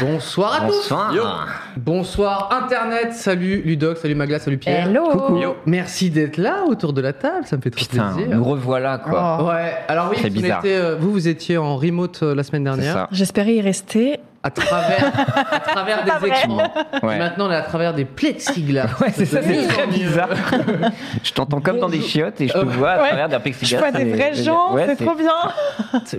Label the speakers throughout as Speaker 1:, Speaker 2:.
Speaker 1: Bonsoir à tous
Speaker 2: Bonsoir.
Speaker 1: Bonsoir Internet, salut Ludoc, salut Magla, salut Pierre.
Speaker 3: Hello. Coucou.
Speaker 2: Yo.
Speaker 1: Merci d'être là autour de la table, ça me fait trop
Speaker 2: Putain,
Speaker 1: plaisir.
Speaker 2: nous revoilà quoi.
Speaker 3: Oh.
Speaker 1: Ouais, alors oui,
Speaker 2: C'est
Speaker 1: vous,
Speaker 2: bizarre.
Speaker 1: étiez, euh, vous, vous étiez en remote euh, la semaine
Speaker 2: C'est
Speaker 1: dernière,
Speaker 2: ça.
Speaker 3: J'espérais y rester.
Speaker 1: à travers, à travers
Speaker 3: pas
Speaker 1: des
Speaker 3: vrai.
Speaker 1: écrans. Et
Speaker 2: Ouais.
Speaker 1: Maintenant, on est à travers des plexiglas.
Speaker 2: Ouais, c'est ça,
Speaker 1: de
Speaker 2: c'est
Speaker 1: mieux
Speaker 2: très
Speaker 1: en mieux.
Speaker 2: bizarre. je t'entends comme dans des
Speaker 1: Bonjour.
Speaker 2: chiottes et je te
Speaker 1: Euh,
Speaker 2: vois à
Speaker 3: ouais.
Speaker 2: travers d'un
Speaker 3: Je
Speaker 2: plexiglas.
Speaker 3: vois des
Speaker 2: c'est-
Speaker 3: vrais gens,
Speaker 2: Ouais,
Speaker 3: c'est trop bien.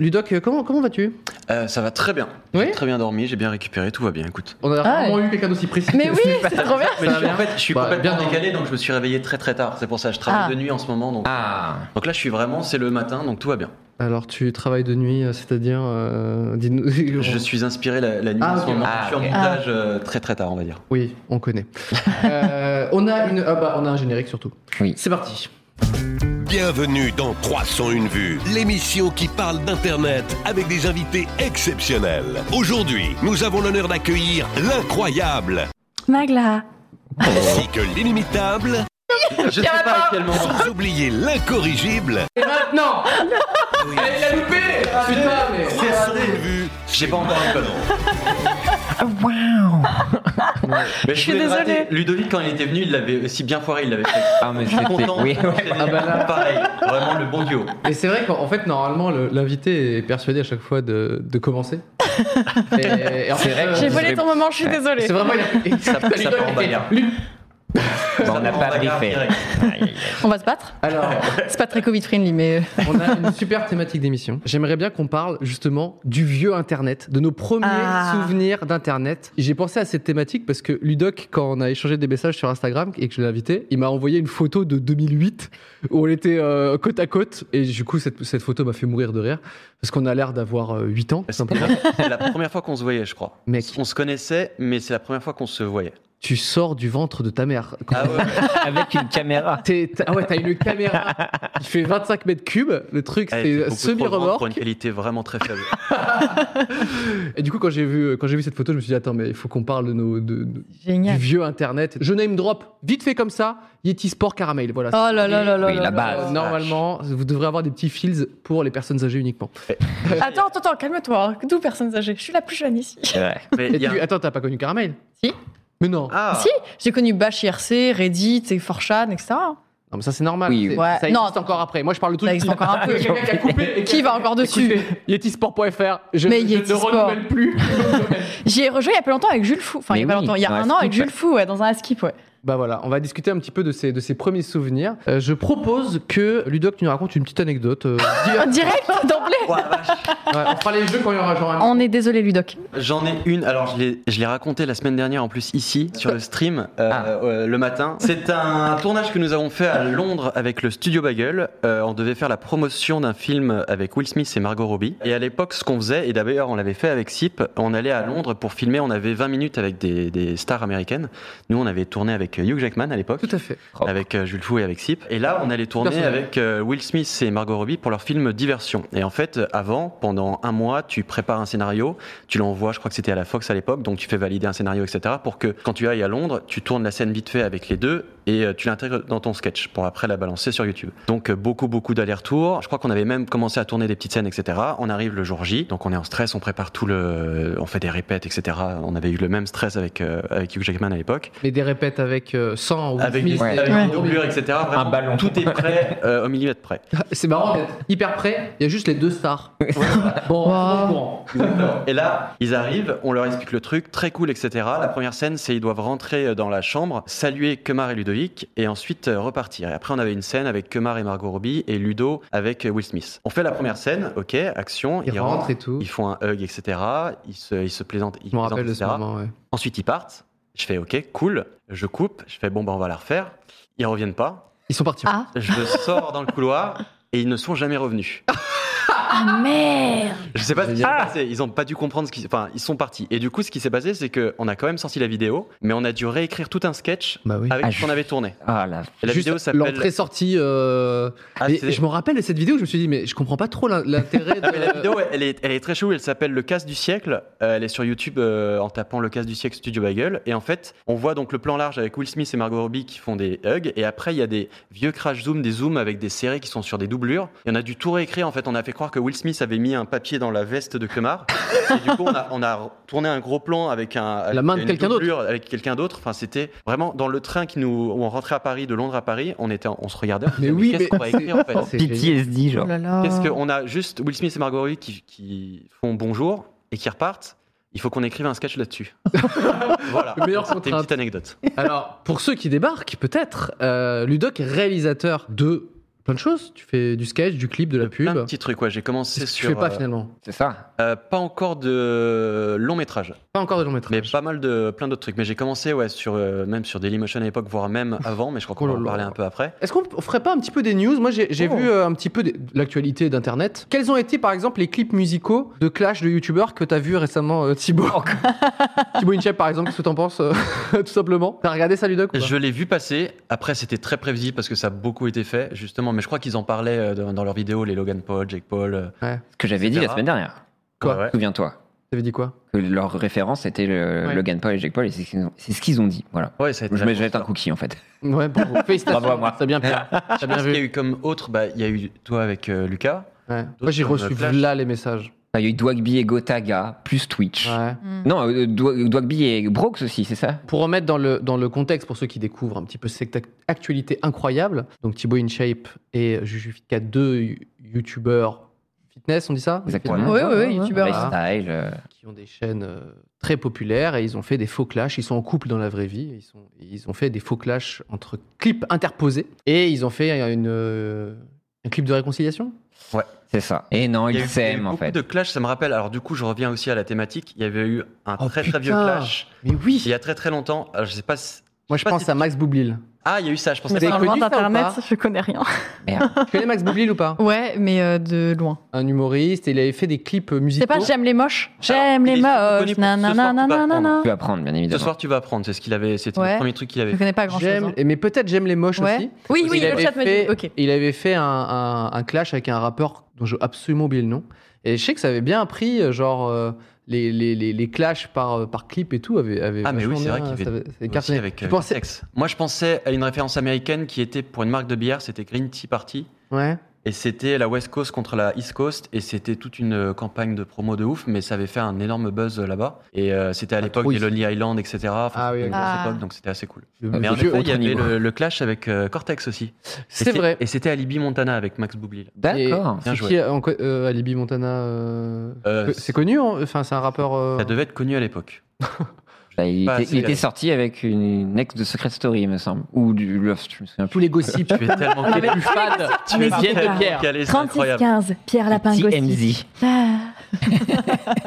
Speaker 1: Ludoc, euh, comment, comment vas-tu
Speaker 4: Euh, ça va très bien.
Speaker 1: Oui
Speaker 4: J'ai très bien dormi, j'ai bien récupéré, tout va bien, écoute.
Speaker 1: On a
Speaker 3: Ah,
Speaker 1: rarement eu quelqu'un d'aussi précis.
Speaker 3: Mais oui, c'est trop bien.
Speaker 4: Ah, Mais
Speaker 1: va
Speaker 4: je suis,
Speaker 1: bien
Speaker 4: en fait, je suis
Speaker 1: Bah,
Speaker 4: complètement
Speaker 1: bien
Speaker 4: décalé, donc je me suis réveillé très très tard. C'est pour ça que je
Speaker 3: Ah.
Speaker 4: travaille de nuit en ce moment. Donc,
Speaker 2: Ah,
Speaker 4: donc là, je suis vraiment, c'est le matin, donc tout va bien.
Speaker 1: Alors, tu travailles de nuit, euh, c'est-à-dire. euh, dis-nous-
Speaker 4: Je suis inspiré la, la nuit
Speaker 1: Ah,
Speaker 4: en
Speaker 1: ok.
Speaker 4: ce moment.
Speaker 2: Ah,
Speaker 4: je suis en
Speaker 2: ok.
Speaker 4: montage euh, très très tard, on va dire.
Speaker 1: Oui, on connaît. Euh, on, a une, ah bah, on a un générique surtout.
Speaker 2: Oui.
Speaker 1: C'est parti.
Speaker 5: Bienvenue dans 301 vues, l'émission qui parle d'Internet avec des invités exceptionnels. Aujourd'hui, nous avons l'honneur d'accueillir l'incroyable
Speaker 3: Magla.
Speaker 5: ainsi que l'inimitable,
Speaker 4: Je sais pas à quel moment.
Speaker 5: sans oublier l'incorrigible.
Speaker 1: Et maintenant Elle l'a loupé Putain, mais.
Speaker 5: 301 vues,
Speaker 4: J'ai pas encore un
Speaker 2: waouh.
Speaker 4: Mais
Speaker 3: Je suis
Speaker 4: voulais te rater.
Speaker 3: désolée.
Speaker 4: Ludovic, quand il était venu, il l'avait aussi bien foiré, il l'avait fait.
Speaker 2: Ah, mais
Speaker 4: Je suis
Speaker 2: c'était.
Speaker 4: content.
Speaker 2: Oui, ouais.
Speaker 1: Ah bah là.
Speaker 4: pareil, vraiment le bon duo.
Speaker 1: Et c'est vrai qu'en en fait, normalement, le- l'invité est persuadé à chaque fois de, de commencer. Et- et en
Speaker 2: C'est
Speaker 1: fait,
Speaker 2: vrai que
Speaker 1: euh,
Speaker 3: J'ai
Speaker 2: Je
Speaker 3: volé
Speaker 2: vais-
Speaker 3: ton moment, je suis
Speaker 2: Ouais.
Speaker 3: désolée.
Speaker 1: C'est vraiment. il-
Speaker 4: Ça- ça
Speaker 1: Ludoc
Speaker 4: part en
Speaker 1: était-
Speaker 4: bagarre.
Speaker 1: Lu-
Speaker 2: Bon,
Speaker 4: Ça
Speaker 2: on n'a
Speaker 4: prend
Speaker 2: pas
Speaker 4: la gare
Speaker 2: briefé.
Speaker 4: direct.
Speaker 2: Aïe, aïe, aïe.
Speaker 3: On va se battre
Speaker 1: Alors,
Speaker 3: C'est pas très Covid-friendly, mais. euh,
Speaker 1: on a une super thématique d'émission. J'aimerais bien qu'on parle justement du vieux Internet, de nos premiers
Speaker 3: Ah.
Speaker 1: souvenirs d'Internet. J'ai pensé à cette thématique parce que Ludoc, quand on a échangé des messages sur Instagram et que je l'ai invité, il m'a envoyé une photo de 2008 où on était euh, côte à côte. Et du coup, cette, cette photo m'a fait mourir de rire parce qu'on a l'air d'avoir 8 ans. tout
Speaker 4: C'était
Speaker 1: simplement.
Speaker 4: la- c'est la première fois qu'on se voyait, je crois.
Speaker 1: Mec.
Speaker 4: On se connaissait, mais c'est la première fois qu'on se voyait.
Speaker 1: Tu sors du ventre de ta mère.
Speaker 4: Ah ouais.
Speaker 2: Avec une caméra.
Speaker 1: T'es- t'as- ah ouais, t'as une caméra qui fait 25 mètres cubes. Le truc,
Speaker 4: Elle était
Speaker 1: c'est euh,
Speaker 4: beaucoup trop grande Pour une
Speaker 1: semi-remorque.
Speaker 4: qualité vraiment très faible.
Speaker 1: Et du coup, quand j'ai vu, euh, quand j'ai vu cette photo, je me suis dit, attends, mais il faut qu'on parle de nos, de- de- du
Speaker 3: Génial.
Speaker 1: vieux Internet. Je name drop, vite fait comme ça, Yeti Sport Caramel. Voilà. Euh,
Speaker 3: Oh là là là là.
Speaker 2: Oui,
Speaker 3: là
Speaker 2: la
Speaker 3: là.
Speaker 2: base.
Speaker 1: Normalement, vous devrez avoir des petits fils pour les personnes âgées uniquement.
Speaker 3: Attends, attends, attends, calme-toi. hein. D'où personnes âgées Je suis la plus jeune ici.
Speaker 2: C'est vrai.
Speaker 4: Mais
Speaker 1: Et
Speaker 4: il y a
Speaker 1: tu-
Speaker 4: un-
Speaker 1: Attends, t'as pas connu Caramel
Speaker 3: Si.
Speaker 1: Mais non.
Speaker 4: Ah,
Speaker 3: Si, j'ai connu Bash IRC, Reddit et 4chan, etc.
Speaker 1: Non, mais ça c'est normal.
Speaker 2: Oui,
Speaker 1: C'est-
Speaker 3: ouais.
Speaker 1: Ça
Speaker 3: Non,
Speaker 1: existe encore après. Moi, je parle de tout.
Speaker 3: Ça existe encore
Speaker 2: Ah,
Speaker 3: un peu.
Speaker 1: Quelqu'un qui a coupé et
Speaker 3: Qui va encore dessus
Speaker 1: Écoutez, yetisport.fr, je,
Speaker 3: Mais
Speaker 1: je
Speaker 3: Yeti
Speaker 1: ne
Speaker 3: Sport.
Speaker 1: renouvelle plus.
Speaker 3: J'y ai rejoué il y a pas longtemps avec Jules Fou. Enfin, il y a
Speaker 2: Mais
Speaker 3: pas
Speaker 2: oui,
Speaker 3: longtemps, il y a
Speaker 2: dans
Speaker 3: un
Speaker 2: la
Speaker 3: an avec
Speaker 2: skip.
Speaker 3: Jules Fou, ouais, dans un skip, ouais.
Speaker 1: Bah voilà, on va discuter un petit peu de ces, de ces premiers souvenirs. Euh, je propose que Ludoc tu nous raconte une petite anecdote. euh, diverse.
Speaker 3: Direct, d'emblée.
Speaker 4: ouah, la vache.
Speaker 1: Ouais, on fera les jeux quand il y aura genre un-
Speaker 3: On est désolé, Ludoc.
Speaker 4: J'en ai une, alors je l'ai- je l'ai raconté la semaine dernière en plus ici sur le stream euh,
Speaker 2: Ah.
Speaker 4: euh, le matin. C'est un tournage que nous avons fait à Londres avec le studio Bagel. Euh, on devait faire la promotion d'un film avec Will Smith et Margot Robbie. Et à l'époque, ce qu'on faisait, et d'ailleurs on l'avait fait avec SIP, on allait à Londres pour filmer, on avait 20 minutes avec des, des stars américaines. Nous, on avait tourné avec Hugh Jackman à l'époque.
Speaker 1: Tout à fait.
Speaker 2: Propre.
Speaker 4: avec euh, Jules Fou et avec Sip. Et là, on allait tourner
Speaker 1: Personnel.
Speaker 4: avec euh, Will Smith et Margot Robbie pour leur film Diversion. Et en fait, euh, avant, pendant un mois, tu prépares un scénario, tu l'envoies, je crois que c'était à la Fox à l'époque, donc tu fais valider un scénario, etc. pour que quand tu ailles à Londres, tu tournes la scène vite fait avec les deux et euh, tu l'intègres dans ton sketch pour après la balancer sur YouTube. Donc euh, beaucoup, beaucoup d'allers-retours. Je crois qu'on avait même commencé à tourner des petites scènes, etc. On arrive le jour J, donc on est en stress, on prépare tout le, on fait des répètes, etc. On avait eu le même stress avec, euh, avec Hugh Jackman à l'époque
Speaker 1: Mais des répètes avec euh, 100 ou
Speaker 4: avec,
Speaker 1: 1000,
Speaker 4: des,
Speaker 1: c'est-
Speaker 4: avec
Speaker 3: Ouais.
Speaker 4: des doublures, etc. Vraiment,
Speaker 2: Un ballon.
Speaker 4: Tout est prêt euh, au millimètre près.
Speaker 1: C'est marrant d'être hyper près, il y a juste les deux stars. Bon, on
Speaker 3: Wow.
Speaker 1: est au courant.
Speaker 4: Et là, ils arrivent, on leur explique le truc, très cool, etc. La première scène, c'est ils doivent rentrer euh, dans la chambre, saluer Kemar et Ludovic, et ensuite euh, repartir. Et après, on avait une scène avec Kemar et Margot Robbie, et Ludo avec euh, Will Smith. On fait la première scène, ok, action,
Speaker 1: Ils rentrent et tout.
Speaker 4: ils font un hug, etc. Ils se, ils se plaisantent, ils
Speaker 1: Je me
Speaker 4: plaisantent,
Speaker 1: rappelle de ce
Speaker 4: etc.
Speaker 1: moment, ouais.
Speaker 4: Ensuite, ils partent. Je fais, ok, cool. Je coupe. Je fais, bon, bah, on va la refaire. Ils reviennent pas.
Speaker 1: Ils sont partis.
Speaker 3: Ah,
Speaker 4: Je sors dans le couloir et ils ne sont jamais revenus.
Speaker 3: Ah merde
Speaker 4: Je sais pas ce qui s'est
Speaker 1: Génial.
Speaker 4: passé. Ils ont pas dû comprendre ce qui. Enfin, ils sont partis. Et du coup, ce qui s'est passé, c'est que on a quand même sorti la vidéo, mais on a dû réécrire tout un sketch
Speaker 1: Bah oui.
Speaker 4: avec
Speaker 2: Ah,
Speaker 4: ce qu'on
Speaker 2: je-
Speaker 4: avait tourné.
Speaker 2: Ah la
Speaker 4: Et la
Speaker 1: Juste
Speaker 4: vidéo s'appelle.
Speaker 1: L'entrée-sortie. euh,
Speaker 4: Ah,
Speaker 1: mais
Speaker 4: c'est-
Speaker 1: je me rappelle de cette vidéo, je me suis dit, mais je comprends pas trop l'in- l'intérêt
Speaker 4: Ah, mais la
Speaker 1: de.
Speaker 4: vidéo, elle est, elle est très chou. Elle s'appelle Le casse du siècle. Euh, elle est sur YouTube euh, en tapant Le casse du siècle Studio Bagel. Et en fait, on voit donc le plan large avec Will Smith et Margot Robbie qui font des hugs. Et après, il y a des vieux crash zoom, des zooms avec des séries qui sont sur des doublures. Et on a dû tout réécrire. En fait, on a fait croire que Will Smith avait mis un papier dans la veste de Kemar. et du coup, on a, on a tourné un gros plan avec un. avec
Speaker 1: main de
Speaker 4: une
Speaker 1: quelqu'un d'autre.
Speaker 4: doublure, Avec quelqu'un d'autre. Enfin, c'était vraiment dans le train qui nous, où on rentrait à Paris, de Londres à Paris. On était, en- on se regardait. on se
Speaker 1: Mais
Speaker 4: disait,
Speaker 1: oui,
Speaker 4: qu'est-ce
Speaker 1: mais
Speaker 4: qu'on va écrire en fait hein.
Speaker 1: c'est génial.
Speaker 2: PTSD
Speaker 3: Oh
Speaker 2: genre.
Speaker 3: là là
Speaker 1: Euh.
Speaker 4: Qu'est-ce qu'on a juste Will Smith et Margot Robbie qui, qui font bonjour et qui repartent. Il faut qu'on écrive un sketch là-dessus. voilà.
Speaker 1: Le meilleur
Speaker 4: C'était une
Speaker 1: contrainte.
Speaker 4: petite anecdote.
Speaker 1: Alors, pour ceux qui débarquent, peut-être, euh, Ludoc est réalisateur de plein de choses. Tu fais du sketch, du clip, de la pub.
Speaker 4: Un petit truc, ouais. J'ai commencé
Speaker 1: Qu'est-ce que tu
Speaker 4: sur.
Speaker 1: fais pas
Speaker 4: euh,
Speaker 1: finalement
Speaker 2: C'est ça.
Speaker 4: euh, pas encore de long métrage,
Speaker 1: Pas encore de long
Speaker 4: mais
Speaker 1: métrage.
Speaker 4: pas mal de plein d'autres trucs. Mais j'ai commencé, ouais, sur euh, même sur Dailymotion à l'époque, voire même avant, mais je crois qu'on
Speaker 1: Oh
Speaker 4: va
Speaker 1: là
Speaker 4: en
Speaker 1: là.
Speaker 4: parler un peu après.
Speaker 1: Est-ce qu'on p- ferait pas un petit peu des news Moi, j'ai j'ai
Speaker 4: Oh.
Speaker 1: vu euh, un petit peu de de l'actualité d'Internet. Quels ont été, par exemple, les clips musicaux de clash de youtubeurs que t'as vu récemment, euh, Thibaut Thibaut Inchep, par exemple, qu'est-ce que t'en penses, euh, tout simplement T'as regardé ça, Ludoc ou pas
Speaker 4: Je l'ai vu passer. Après, c'était très prévisible parce que ça a beaucoup été fait, justement. Mais je crois qu'ils en parlaient euh, dans, dans leurs vidéos, les Logan Paul, Jake Paul. euh,
Speaker 2: Ce que j'avais dit la
Speaker 4: etc.
Speaker 2: semaine dernière.
Speaker 1: Quoi
Speaker 4: ouais, ouais.
Speaker 2: Souviens-toi.
Speaker 1: T'avais dit quoi
Speaker 2: Que leur référence était le
Speaker 1: Ouais.
Speaker 2: Logan Paul et Jake Paul et c'est ce qu'ils ont- c'est ce qu'ils ont dit. Voilà.
Speaker 4: Ouais, ça a été
Speaker 2: Je
Speaker 4: la
Speaker 2: me jette un cookie en fait.
Speaker 1: Ouais, bravo. Félicitations.
Speaker 2: Bravo à moi.
Speaker 1: T'as bien, t'as bien
Speaker 4: Il y a
Speaker 1: vu.
Speaker 4: eu comme autre, bah, il y a eu toi avec euh, Lucas.
Speaker 1: Ouais. Moi, j'ai reçu
Speaker 4: Clash.
Speaker 1: là les messages.
Speaker 2: Ah, Il y a eu Dwagby et Gotaga plus Twitch.
Speaker 1: Ouais.
Speaker 2: Non, euh, Dwa- Dwagby et Brooks aussi, c'est ça
Speaker 1: Pour remettre dans le, dans le contexte, pour ceux qui découvrent un petit peu cette ac- actualité incroyable, donc Thibaut InShape et Juju Fitka, deux you- youtubeurs fitness, on dit ça
Speaker 2: Exactement.
Speaker 1: Fitness,
Speaker 3: Ouais, ouais, ouais,
Speaker 1: ouais.
Speaker 3: youtubeurs.
Speaker 1: Ah.
Speaker 2: Lifestyle. euh,
Speaker 1: Qui ont des chaînes euh, très populaires et ils ont fait des faux clashs. Ils sont en couple dans la vraie vie. Ils, sont, ils ont fait des faux clashs entre clips interposés et ils ont fait une, euh, un clip de réconciliation.
Speaker 2: C'est ça. Et non,
Speaker 4: Il y a
Speaker 2: ils
Speaker 4: eu- il y a eu
Speaker 2: s'aiment en
Speaker 4: beaucoup
Speaker 2: fait.
Speaker 4: de clash, ça me rappelle. Alors du coup, je reviens aussi à la thématique. Il y avait eu un
Speaker 1: Oh,
Speaker 4: très très vieux
Speaker 1: putain.
Speaker 4: clash
Speaker 1: Mais
Speaker 4: il
Speaker 1: oui
Speaker 4: y a très très longtemps. Alors, je sais pas. si-
Speaker 1: Moi, je
Speaker 4: pas
Speaker 1: pense
Speaker 4: si-
Speaker 1: à Max Boublil.
Speaker 4: Ah, il y a eu ça. Je pensais.
Speaker 3: Mais
Speaker 1: Vous
Speaker 4: pas.
Speaker 1: avez
Speaker 3: par
Speaker 1: connu ça
Speaker 3: loin
Speaker 1: ou
Speaker 3: d'internet,
Speaker 1: pas
Speaker 3: je connais rien.
Speaker 2: Merde.
Speaker 1: Tu connais Max Boublil ou pas
Speaker 3: Ouais, mais euh, de loin.
Speaker 1: Un humoriste, et il avait fait des clips euh,
Speaker 3: C'est
Speaker 1: musicaux.
Speaker 3: pas J'aime les moches J'aime
Speaker 4: il est
Speaker 3: les
Speaker 4: surtout
Speaker 3: moches
Speaker 4: connu pour ce soir, tu vas
Speaker 3: nanana, nanana.
Speaker 2: Tu vas prendre, bien
Speaker 4: Ce
Speaker 2: évidemment.
Speaker 4: soir, tu vas apprendre. C'est ce qu'il avait. C'était le
Speaker 3: Ouais.
Speaker 4: premier truc qu'il
Speaker 3: Je
Speaker 4: avait.
Speaker 3: connais pas grand chose.
Speaker 1: J'aime- mais peut-être j'aime les moches aussi.
Speaker 3: Ouais. Oui, oui,
Speaker 1: il,
Speaker 3: le
Speaker 1: avait
Speaker 3: chat me
Speaker 1: fait,
Speaker 3: dit. Ok.
Speaker 1: il avait fait un, un- un clash avec un rappeur dont j'ai absolument oublié le nom. Et je sais que ça avait bien pris, euh, genre, euh, les, les, les, les clashs par, euh, par clip et tout. Avait, avait
Speaker 4: Ah, mais oui,
Speaker 1: vachement
Speaker 4: c'est vrai
Speaker 1: bien,
Speaker 4: qu'il
Speaker 1: ça
Speaker 4: avait
Speaker 1: avait- ça avait
Speaker 4: aussi
Speaker 1: cartonné.
Speaker 4: avec,
Speaker 1: Tu
Speaker 4: euh,
Speaker 1: pensais-
Speaker 4: Sex. Moi, je pensais à une référence américaine qui était pour une marque de bière. C'était Green Tea Party.
Speaker 1: Ouais.
Speaker 4: Et c'était la West Coast contre la East Coast, et c'était toute une euh, campagne de promo de ouf, mais ça avait fait un énorme buzz euh, là-bas. Et euh, c'était à l'époque
Speaker 1: Ah, trop
Speaker 4: des
Speaker 1: ici.
Speaker 4: Lonely Island, etc. Enfin,
Speaker 1: Ah oui,
Speaker 4: c'était une
Speaker 3: ok.
Speaker 4: grosse
Speaker 3: Ah.
Speaker 4: époque, donc c'était assez cool.
Speaker 1: Le-
Speaker 4: Mais en
Speaker 1: le-
Speaker 4: effet, il y
Speaker 2: Ah, autre
Speaker 4: avait
Speaker 2: niveau.
Speaker 4: le, le clash avec euh, Cortex aussi. Et
Speaker 1: C'est vrai.
Speaker 4: Et c'était à Libby Montana avec Max Boublil.
Speaker 2: D'accord.
Speaker 1: Et
Speaker 4: Bien
Speaker 1: C'est
Speaker 4: joué.
Speaker 1: qui euh, en co- euh, Alibi Montana euh,
Speaker 4: Euh,
Speaker 1: que- C'est connu, hein enfin c'est un rappeur. euh,
Speaker 4: Ça devait être connu à l'époque.
Speaker 2: Bah, il,
Speaker 4: Pas
Speaker 2: était,
Speaker 4: assez
Speaker 2: il était
Speaker 4: regardé.
Speaker 2: sorti avec une ex de Secret Story, il me semble. Ou du Loft, je me souviens
Speaker 1: Tous
Speaker 2: plus.
Speaker 1: les gossips,
Speaker 4: Tu es tellement
Speaker 3: Ah,
Speaker 1: tu es
Speaker 4: calé.
Speaker 1: plus fan, Ah, tu es
Speaker 4: tellement
Speaker 1: diète de
Speaker 4: calé,
Speaker 1: pierre.
Speaker 4: c'est incroyable.
Speaker 3: 36-15, Pierre Lapin Gossip.
Speaker 2: TMZ.
Speaker 3: Ah.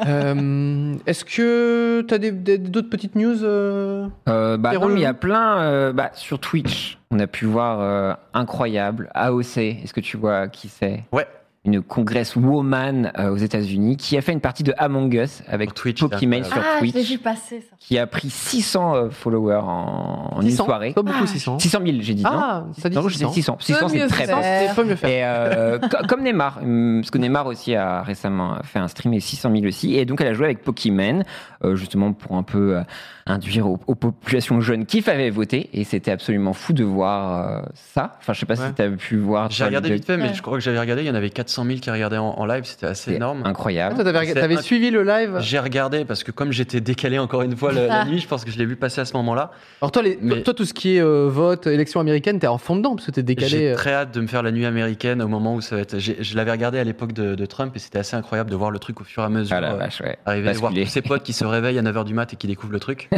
Speaker 1: Euh, Est-ce que t'as des- des- d'autres petites news euh
Speaker 2: Euh, bah,
Speaker 1: Pierrot
Speaker 2: non, mais il y a
Speaker 1: Leloup.
Speaker 2: plein euh, bah, sur Twitch. On a pu voir euh, Incroyable, AOC. Est-ce que tu vois qui c'est
Speaker 4: Ouais.
Speaker 2: Une congresswoman euh, aux États-Unis qui a fait une partie de Among Us avec
Speaker 4: Sur Twitch,
Speaker 2: Pokimane
Speaker 4: c'est
Speaker 2: sur
Speaker 3: Ah, je l'ai
Speaker 2: Twitch,
Speaker 3: vu passer ça.
Speaker 2: qui a pris 600 euh, followers en,
Speaker 1: 600,
Speaker 2: en une soirée.
Speaker 1: Pas beaucoup,
Speaker 3: Ah.
Speaker 1: 600.
Speaker 2: 600 000, j'ai dit.
Speaker 1: Ah,
Speaker 2: non
Speaker 1: ça dit
Speaker 2: Non, je dis
Speaker 1: 600.
Speaker 2: 600. 600,
Speaker 3: mieux
Speaker 2: c'est très
Speaker 3: faire.
Speaker 2: bas.
Speaker 1: C'est pas mieux faire.
Speaker 2: Et euh, co- comme Neymar, hum, parce que Neymar aussi a récemment fait un stream et 600 000 aussi, et donc elle a joué avec Pokémon, euh, justement pour un peu euh, induire aux, aux populations jeunes qui avaient voté, et c'était absolument fou de voir euh, ça. Enfin, je sais pas
Speaker 1: Ouais.
Speaker 2: si tu as pu voir.
Speaker 4: J'ai regardé vite fait, mais
Speaker 3: Ouais.
Speaker 4: je crois que j'avais regardé. Il y en avait 400 000 qui regardaient en, en live, c'était assez
Speaker 2: c'est
Speaker 4: énorme.
Speaker 1: Ah,
Speaker 2: incroyable.
Speaker 1: toi, t'avais,
Speaker 4: C'est
Speaker 1: t'avais
Speaker 4: inc-
Speaker 1: suivi le live.
Speaker 4: J'ai regardé parce que comme j'étais décalé encore une fois la, la
Speaker 3: Ah.
Speaker 4: nuit, je pense que je l'ai vu passer à ce moment-là.
Speaker 1: Alors toi, les- toi-
Speaker 4: Mais-
Speaker 1: toi, tout ce qui est euh, vote, élection américaine, t'es en fond dedans parce que t'es décalé.
Speaker 4: J'ai
Speaker 1: euh.
Speaker 4: très hâte de me faire la nuit américaine au moment où ça va être. j'ai- Je l'avais regardé à l'époque de, de Trump et c'était assez incroyable de voir le truc au fur et à mesure.
Speaker 2: Ah la
Speaker 4: euh,
Speaker 2: vache, ouais.
Speaker 4: Arriver, voir
Speaker 2: Basculer.
Speaker 4: tous ses potes qui se réveillent à 9h du mat et qui découvrent le truc.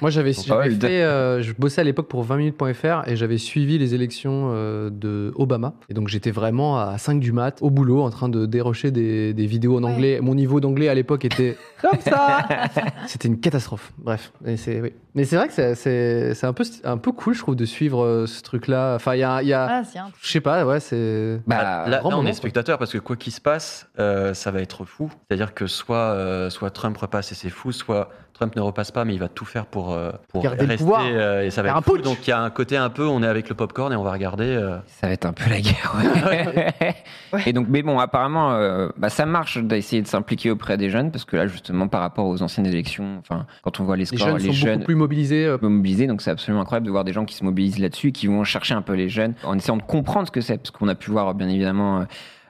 Speaker 1: Moi, j'avais,
Speaker 2: Faut
Speaker 1: j'avais
Speaker 2: pas le-
Speaker 1: fait, euh, je bossais à l'époque pour 20minutes.fr et j'avais suivi les élections euh, de Obama. Et donc, j'étais vraiment à 5 du mat, au bout boulot en train de dérocher des, des vidéos en
Speaker 3: Ouais.
Speaker 1: anglais. Mon niveau d'anglais à l'époque était comme ça. C'était une catastrophe. Bref, Et c'est- oui. mais c'est vrai que c'est- c'est c'est un peu un peu cool, je trouve, de suivre euh, ce truc-là. Enfin, il y a, il y a-
Speaker 3: Ah, c'est un
Speaker 1: je sais pas, ouais, c'est.
Speaker 2: Bah,
Speaker 4: Là, là,
Speaker 1: grand
Speaker 4: on
Speaker 1: moment,
Speaker 4: est
Speaker 1: quoi.
Speaker 4: spectateur parce que quoi qu'il se passe, euh, ça va être fou. C'est-à-dire que soit, euh, soit Trump repasse et c'est fou, soit Trump ne repasse pas, mais il va tout faire pour, euh, pour
Speaker 1: Garder le
Speaker 4: rester
Speaker 1: pouvoir.
Speaker 4: euh, et ça va
Speaker 1: Faire un
Speaker 4: être fou.
Speaker 1: putsch.
Speaker 4: Donc il y a un côté un peu, on est avec le popcorn et on va regarder. euh,
Speaker 2: Ça va être un peu la guerre. ouais. Et donc, mais bon, apparemment, euh, bah, ça marche d'essayer de s'impliquer auprès des jeunes, parce que là, justement, par rapport aux anciennes élections, enfin, quand on voit les
Speaker 1: les
Speaker 2: scores,
Speaker 1: jeunes sont beaucoup plus mobilisés. euh,
Speaker 2: mobilisés, donc c'est absolument incroyable de voir des gens qui se mobilisent là-dessus, qui vont chercher un peu les jeunes, en essayant de comprendre ce que c'est, parce qu'on a pu voir, bien évidemment, euh,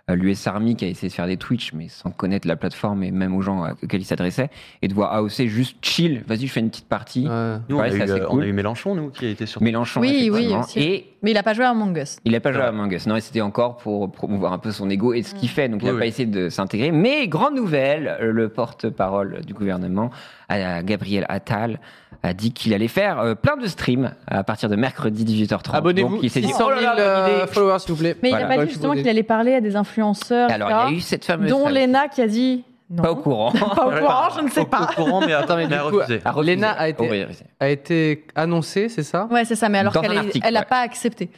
Speaker 2: l'US Army qui a essayé de faire des Twitch, mais sans connaître la plateforme et même aux gens euh, auxquels il s'adressait, et de voir AOC juste chill, vas-y, je fais une petite partie.
Speaker 1: ouais.
Speaker 4: Nous,
Speaker 2: Ouais,
Speaker 4: on, a
Speaker 2: c'est
Speaker 4: eu,
Speaker 2: assez
Speaker 4: euh, on
Speaker 2: cool.
Speaker 4: a eu Mélenchon, nous, qui a été sur.
Speaker 2: Mélenchon,
Speaker 3: Oui, oui,
Speaker 2: effectivement.
Speaker 3: aussi.
Speaker 2: et
Speaker 3: Mais il a pas joué à Among Us.
Speaker 2: Il n'a pas joué à
Speaker 4: Ouais.
Speaker 2: Among Us, non, et c'était encore pour promouvoir un peu son ego et ce qu'il fait, donc il n'a
Speaker 4: Oui,
Speaker 2: pas
Speaker 4: oui.
Speaker 2: essayé de s'intégrer. Mais grande nouvelle, le porte-parole du gouvernement, euh, Gabriel Attal, a dit qu'il allait faire euh, plein de streams à partir de mercredi 18h30.
Speaker 1: Abonnez-vous.
Speaker 2: Donc il s'est dit,
Speaker 1: 600
Speaker 2: oh
Speaker 1: 000
Speaker 2: là là, bonne
Speaker 1: euh,
Speaker 2: idée.
Speaker 1: followers, s'il vous plaît.
Speaker 3: Mais
Speaker 2: Voilà.
Speaker 3: il a pas
Speaker 1: Ouais,
Speaker 3: dit
Speaker 1: je
Speaker 3: justement
Speaker 1: vous
Speaker 3: qu'il allait parler à des influenceurs,
Speaker 2: Alors il y a
Speaker 3: etc.,
Speaker 2: eu cette fameuse...
Speaker 3: dont
Speaker 2: femme,
Speaker 3: Lena qui a dit non.
Speaker 2: Pas au courant.
Speaker 3: Pas au courant, je ne sais
Speaker 4: Au-
Speaker 3: pas.
Speaker 4: Au courant, mais,
Speaker 1: Attends, mais
Speaker 4: mais
Speaker 1: du
Speaker 4: a
Speaker 1: coup,
Speaker 4: refusé.
Speaker 2: À refuser.
Speaker 1: Lena a été-
Speaker 2: Oh, oui, oui, oui.
Speaker 1: A été annoncé, c'est ça
Speaker 3: Ouais, c'est ça, mais alors
Speaker 2: Dans un
Speaker 3: qu'elle est-
Speaker 2: article,
Speaker 3: elle n'a
Speaker 2: ouais.
Speaker 3: pas accepté.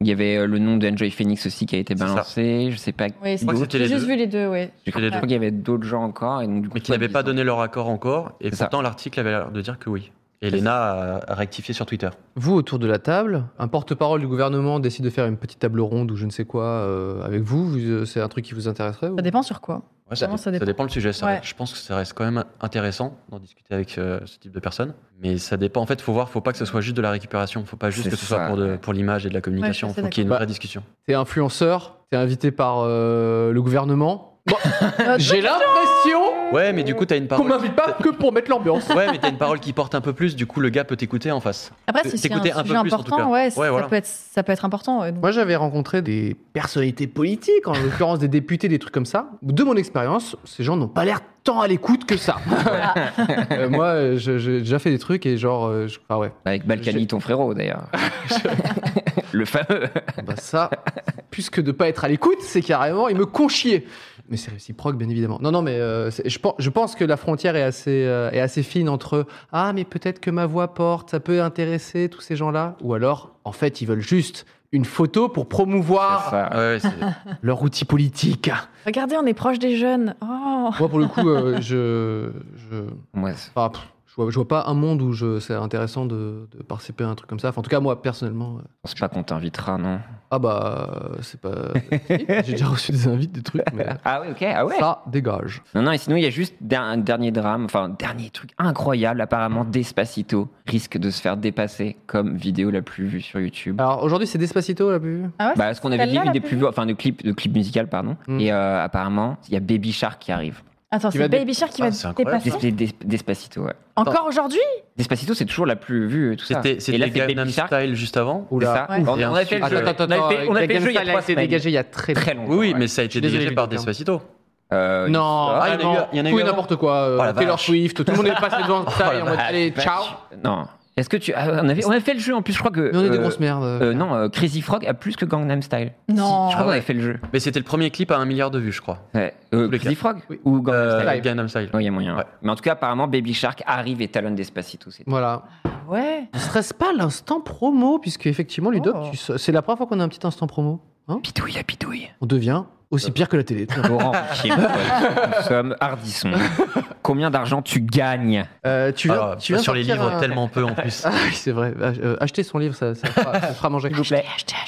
Speaker 2: Il y avait euh, le nom de Enjoy Phoenix aussi qui a été
Speaker 4: C'est ça.
Speaker 2: balancé, je sais pas.
Speaker 3: Oui, c'est
Speaker 4: crois que
Speaker 3: J'ai
Speaker 4: c'était les
Speaker 3: juste
Speaker 4: deux.
Speaker 3: vu les deux, ouais.
Speaker 2: Je
Speaker 4: C'était les
Speaker 2: crois qu'il y avait d'autres gens encore. Et donc, du coup,
Speaker 4: Mais qui n'avaient pas donné leur accord encore. Et
Speaker 2: C'est ça.
Speaker 4: pourtant, l'article avait l'air de dire que oui. Et Léna a, a rectifié sur Twitter.
Speaker 1: Vous, autour de la table, un porte-parole du gouvernement décide de faire une petite table ronde ou je ne sais quoi euh, avec vous. Vous, euh, c'est un truc qui vous intéresserait ou-
Speaker 3: Ça dépend sur quoi.
Speaker 4: Ouais, ça,
Speaker 3: Vraiment, ça
Speaker 4: ça dépend.
Speaker 3: dépend.
Speaker 4: le sujet. ça
Speaker 3: Ouais.
Speaker 4: reste- Je pense que ça reste quand même intéressant d'en discuter avec euh, ce type de personnes. Mais ça dépend. En fait, faut voir. Faut pas que ce soit juste de la récupération. Faut pas juste
Speaker 2: C'est
Speaker 4: que ce
Speaker 2: ça.
Speaker 4: soit pour, de- pour l'image et de la communication.
Speaker 3: Ouais, je suis
Speaker 4: faut
Speaker 3: assez
Speaker 4: qu'il y ait une
Speaker 1: d'accord.
Speaker 4: vraie discussion.
Speaker 1: T'es influenceur, t'es invité par euh, le gouvernement. Bon,
Speaker 3: Notre-
Speaker 1: j'ai l'impression
Speaker 4: Ouais, mais du coup, t'as une
Speaker 1: qu'on
Speaker 4: parole.
Speaker 1: m'invite pas que pour mettre l'ambiance.
Speaker 4: Ouais, mais t'as une parole qui porte un peu plus. Du coup, le gars peut t'écouter en face.
Speaker 3: Après, si c'est un
Speaker 4: T'écouter un peu
Speaker 3: sujet
Speaker 4: plus, en tout
Speaker 3: important,
Speaker 4: cas.
Speaker 3: ouais,
Speaker 4: Ouais,
Speaker 3: ça,
Speaker 4: voilà.
Speaker 3: peut être, ça peut être important. ouais, donc.
Speaker 1: Moi, j'avais rencontré des personnalités politiques, en l'occurrence des députés, des trucs comme ça. De mon expérience, ces gens n'ont pas l'air tant à l'écoute que ça. Euh, moi, euh, je- j'ai déjà fait des trucs et genre, euh, je- ah ouais,
Speaker 2: Avec Balkany,
Speaker 1: J'ai-
Speaker 2: ton frérot d'ailleurs. le fameux.
Speaker 1: Bah ça, plus que de pas être à l'écoute, c'est carrément, il me conchier. Mais c'est réciproque, bien évidemment. Non, non, mais euh, c'est- je, pense, je pense que la frontière est assez, euh, est assez fine entre ah, mais peut-être que ma voix porte, ça peut intéresser tous ces gens-là, ou alors, en fait, ils veulent juste une photo pour
Speaker 2: C'est
Speaker 1: promouvoir
Speaker 2: ça.
Speaker 4: Ouais, c'est-
Speaker 1: leur outil politique.
Speaker 3: Regardez, on est proche des jeunes. Oh.
Speaker 1: Moi, pour le coup, euh, je, je,
Speaker 2: Moi, c'est-
Speaker 1: enfin, pff, je vois, je vois pas un monde où je- c'est intéressant de, de participer à un truc comme ça. Enfin, en tout cas, moi, personnellement. euh,
Speaker 2: je pense pas qu'on t'invitera, non
Speaker 1: Ah bah, euh, c'est pas. Si, J'ai déjà reçu des invites, des trucs, mais.
Speaker 2: Ah oui, ok, ah ouais.
Speaker 1: Ça dégage.
Speaker 2: Non, non, et sinon, il y a juste der- un dernier drame, enfin, un dernier truc incroyable. Apparemment,
Speaker 1: Mm.
Speaker 2: Despacito risque de se faire dépasser comme vidéo la plus vue sur YouTube.
Speaker 1: Alors aujourd'hui, c'est Despacito la plus vue
Speaker 3: Ah ouais,
Speaker 2: Bah, ce qu'on avait
Speaker 3: celle-là,
Speaker 2: dit,
Speaker 3: la
Speaker 2: une des
Speaker 3: plus
Speaker 2: plus vues, enfin, de clip, de clip musical, pardon.
Speaker 1: Mm.
Speaker 2: Et euh, apparemment, il y a Baby Shark qui arrive.
Speaker 3: Attends,
Speaker 1: Qui
Speaker 3: c'est
Speaker 1: va dé-
Speaker 3: Baby Shark qui
Speaker 4: Ah,
Speaker 3: va
Speaker 4: c'est incroyable.
Speaker 3: dépasser.
Speaker 2: Desp- Des- Despacito, ouais.
Speaker 3: Encore aujourd'hui
Speaker 2: Despacito, c'est toujours la plus vue, tout ça.
Speaker 4: C'était
Speaker 2: Et là,
Speaker 4: c'était
Speaker 2: c'est
Speaker 4: Gangnam
Speaker 2: Baby Shark.
Speaker 4: Style juste avant.
Speaker 2: C'est ça.
Speaker 1: Oula. Ah,
Speaker 3: Ouais.
Speaker 2: On, on a fait le
Speaker 4: Attends,
Speaker 2: jeu,
Speaker 4: attends,
Speaker 2: on a fait, on a fait le jeu il y a trois
Speaker 1: été
Speaker 2: semaines.
Speaker 1: dégagé il y a très
Speaker 2: Très longtemps.
Speaker 4: Oui, oui,
Speaker 2: ouais.
Speaker 4: mais ça a été
Speaker 1: Je suis désolé,
Speaker 4: dégagé par
Speaker 1: les gars.
Speaker 4: Despacito.
Speaker 2: Euh, il-
Speaker 1: Non, vraiment.
Speaker 4: Ah, il y en a eu- il y en a eu
Speaker 1: tout et
Speaker 4: avant
Speaker 1: n'importe quoi. euh,
Speaker 4: Oh, la
Speaker 1: Taylor
Speaker 4: vache.
Speaker 1: Swift, tout le monde est passé devant ça et en
Speaker 4: la
Speaker 1: mode
Speaker 4: vache.
Speaker 1: allez, ciao.
Speaker 2: Non. Est-ce que tu. ah, on, avait, on avait fait le jeu en plus, je crois que.
Speaker 1: Mais on est des
Speaker 2: euh,
Speaker 1: grosses merdes.
Speaker 2: euh, non, euh, Crazy Frog a plus que Gangnam Style.
Speaker 3: Non.
Speaker 2: Si, je crois
Speaker 4: Ah
Speaker 2: qu'on
Speaker 4: ouais.
Speaker 2: avait fait le jeu.
Speaker 4: Mais c'était le premier clip à un milliard de vues, je crois.
Speaker 2: Ouais. Euh,
Speaker 4: Tous les
Speaker 2: Crazy
Speaker 4: quatre.
Speaker 2: Frog ou Gangnam
Speaker 4: Euh,
Speaker 2: Style
Speaker 1: Style.
Speaker 4: Gangnam Style.
Speaker 2: Non, il y a moyen.
Speaker 4: Ouais.
Speaker 2: Mais en tout cas, apparemment, Baby Shark arrive et talonne Despacito. C'est
Speaker 1: Voilà.
Speaker 3: Ouais.
Speaker 1: Ne serait-ce pas l'instant promo, puisque effectivement, Ludoc,
Speaker 3: Oh.
Speaker 1: tu sais- c'est la première fois qu'on a un petit instant promo. hein
Speaker 2: Pitouille à pitouille.
Speaker 1: On devient aussi pire que la télé.
Speaker 2: Laurent Ruquier, nous sommes hardissons. Combien d'argent tu gagnes
Speaker 1: Euh, tu viens,
Speaker 4: Ah,
Speaker 1: tu viens
Speaker 4: sur les
Speaker 1: sortir
Speaker 4: livres,
Speaker 1: un-
Speaker 4: tellement peu en plus.
Speaker 1: Ah oui, c'est vrai. Ach- euh, Achetez son livre, ça, ça fera, ça fera
Speaker 3: Ah,
Speaker 1: manger.
Speaker 2: plaît.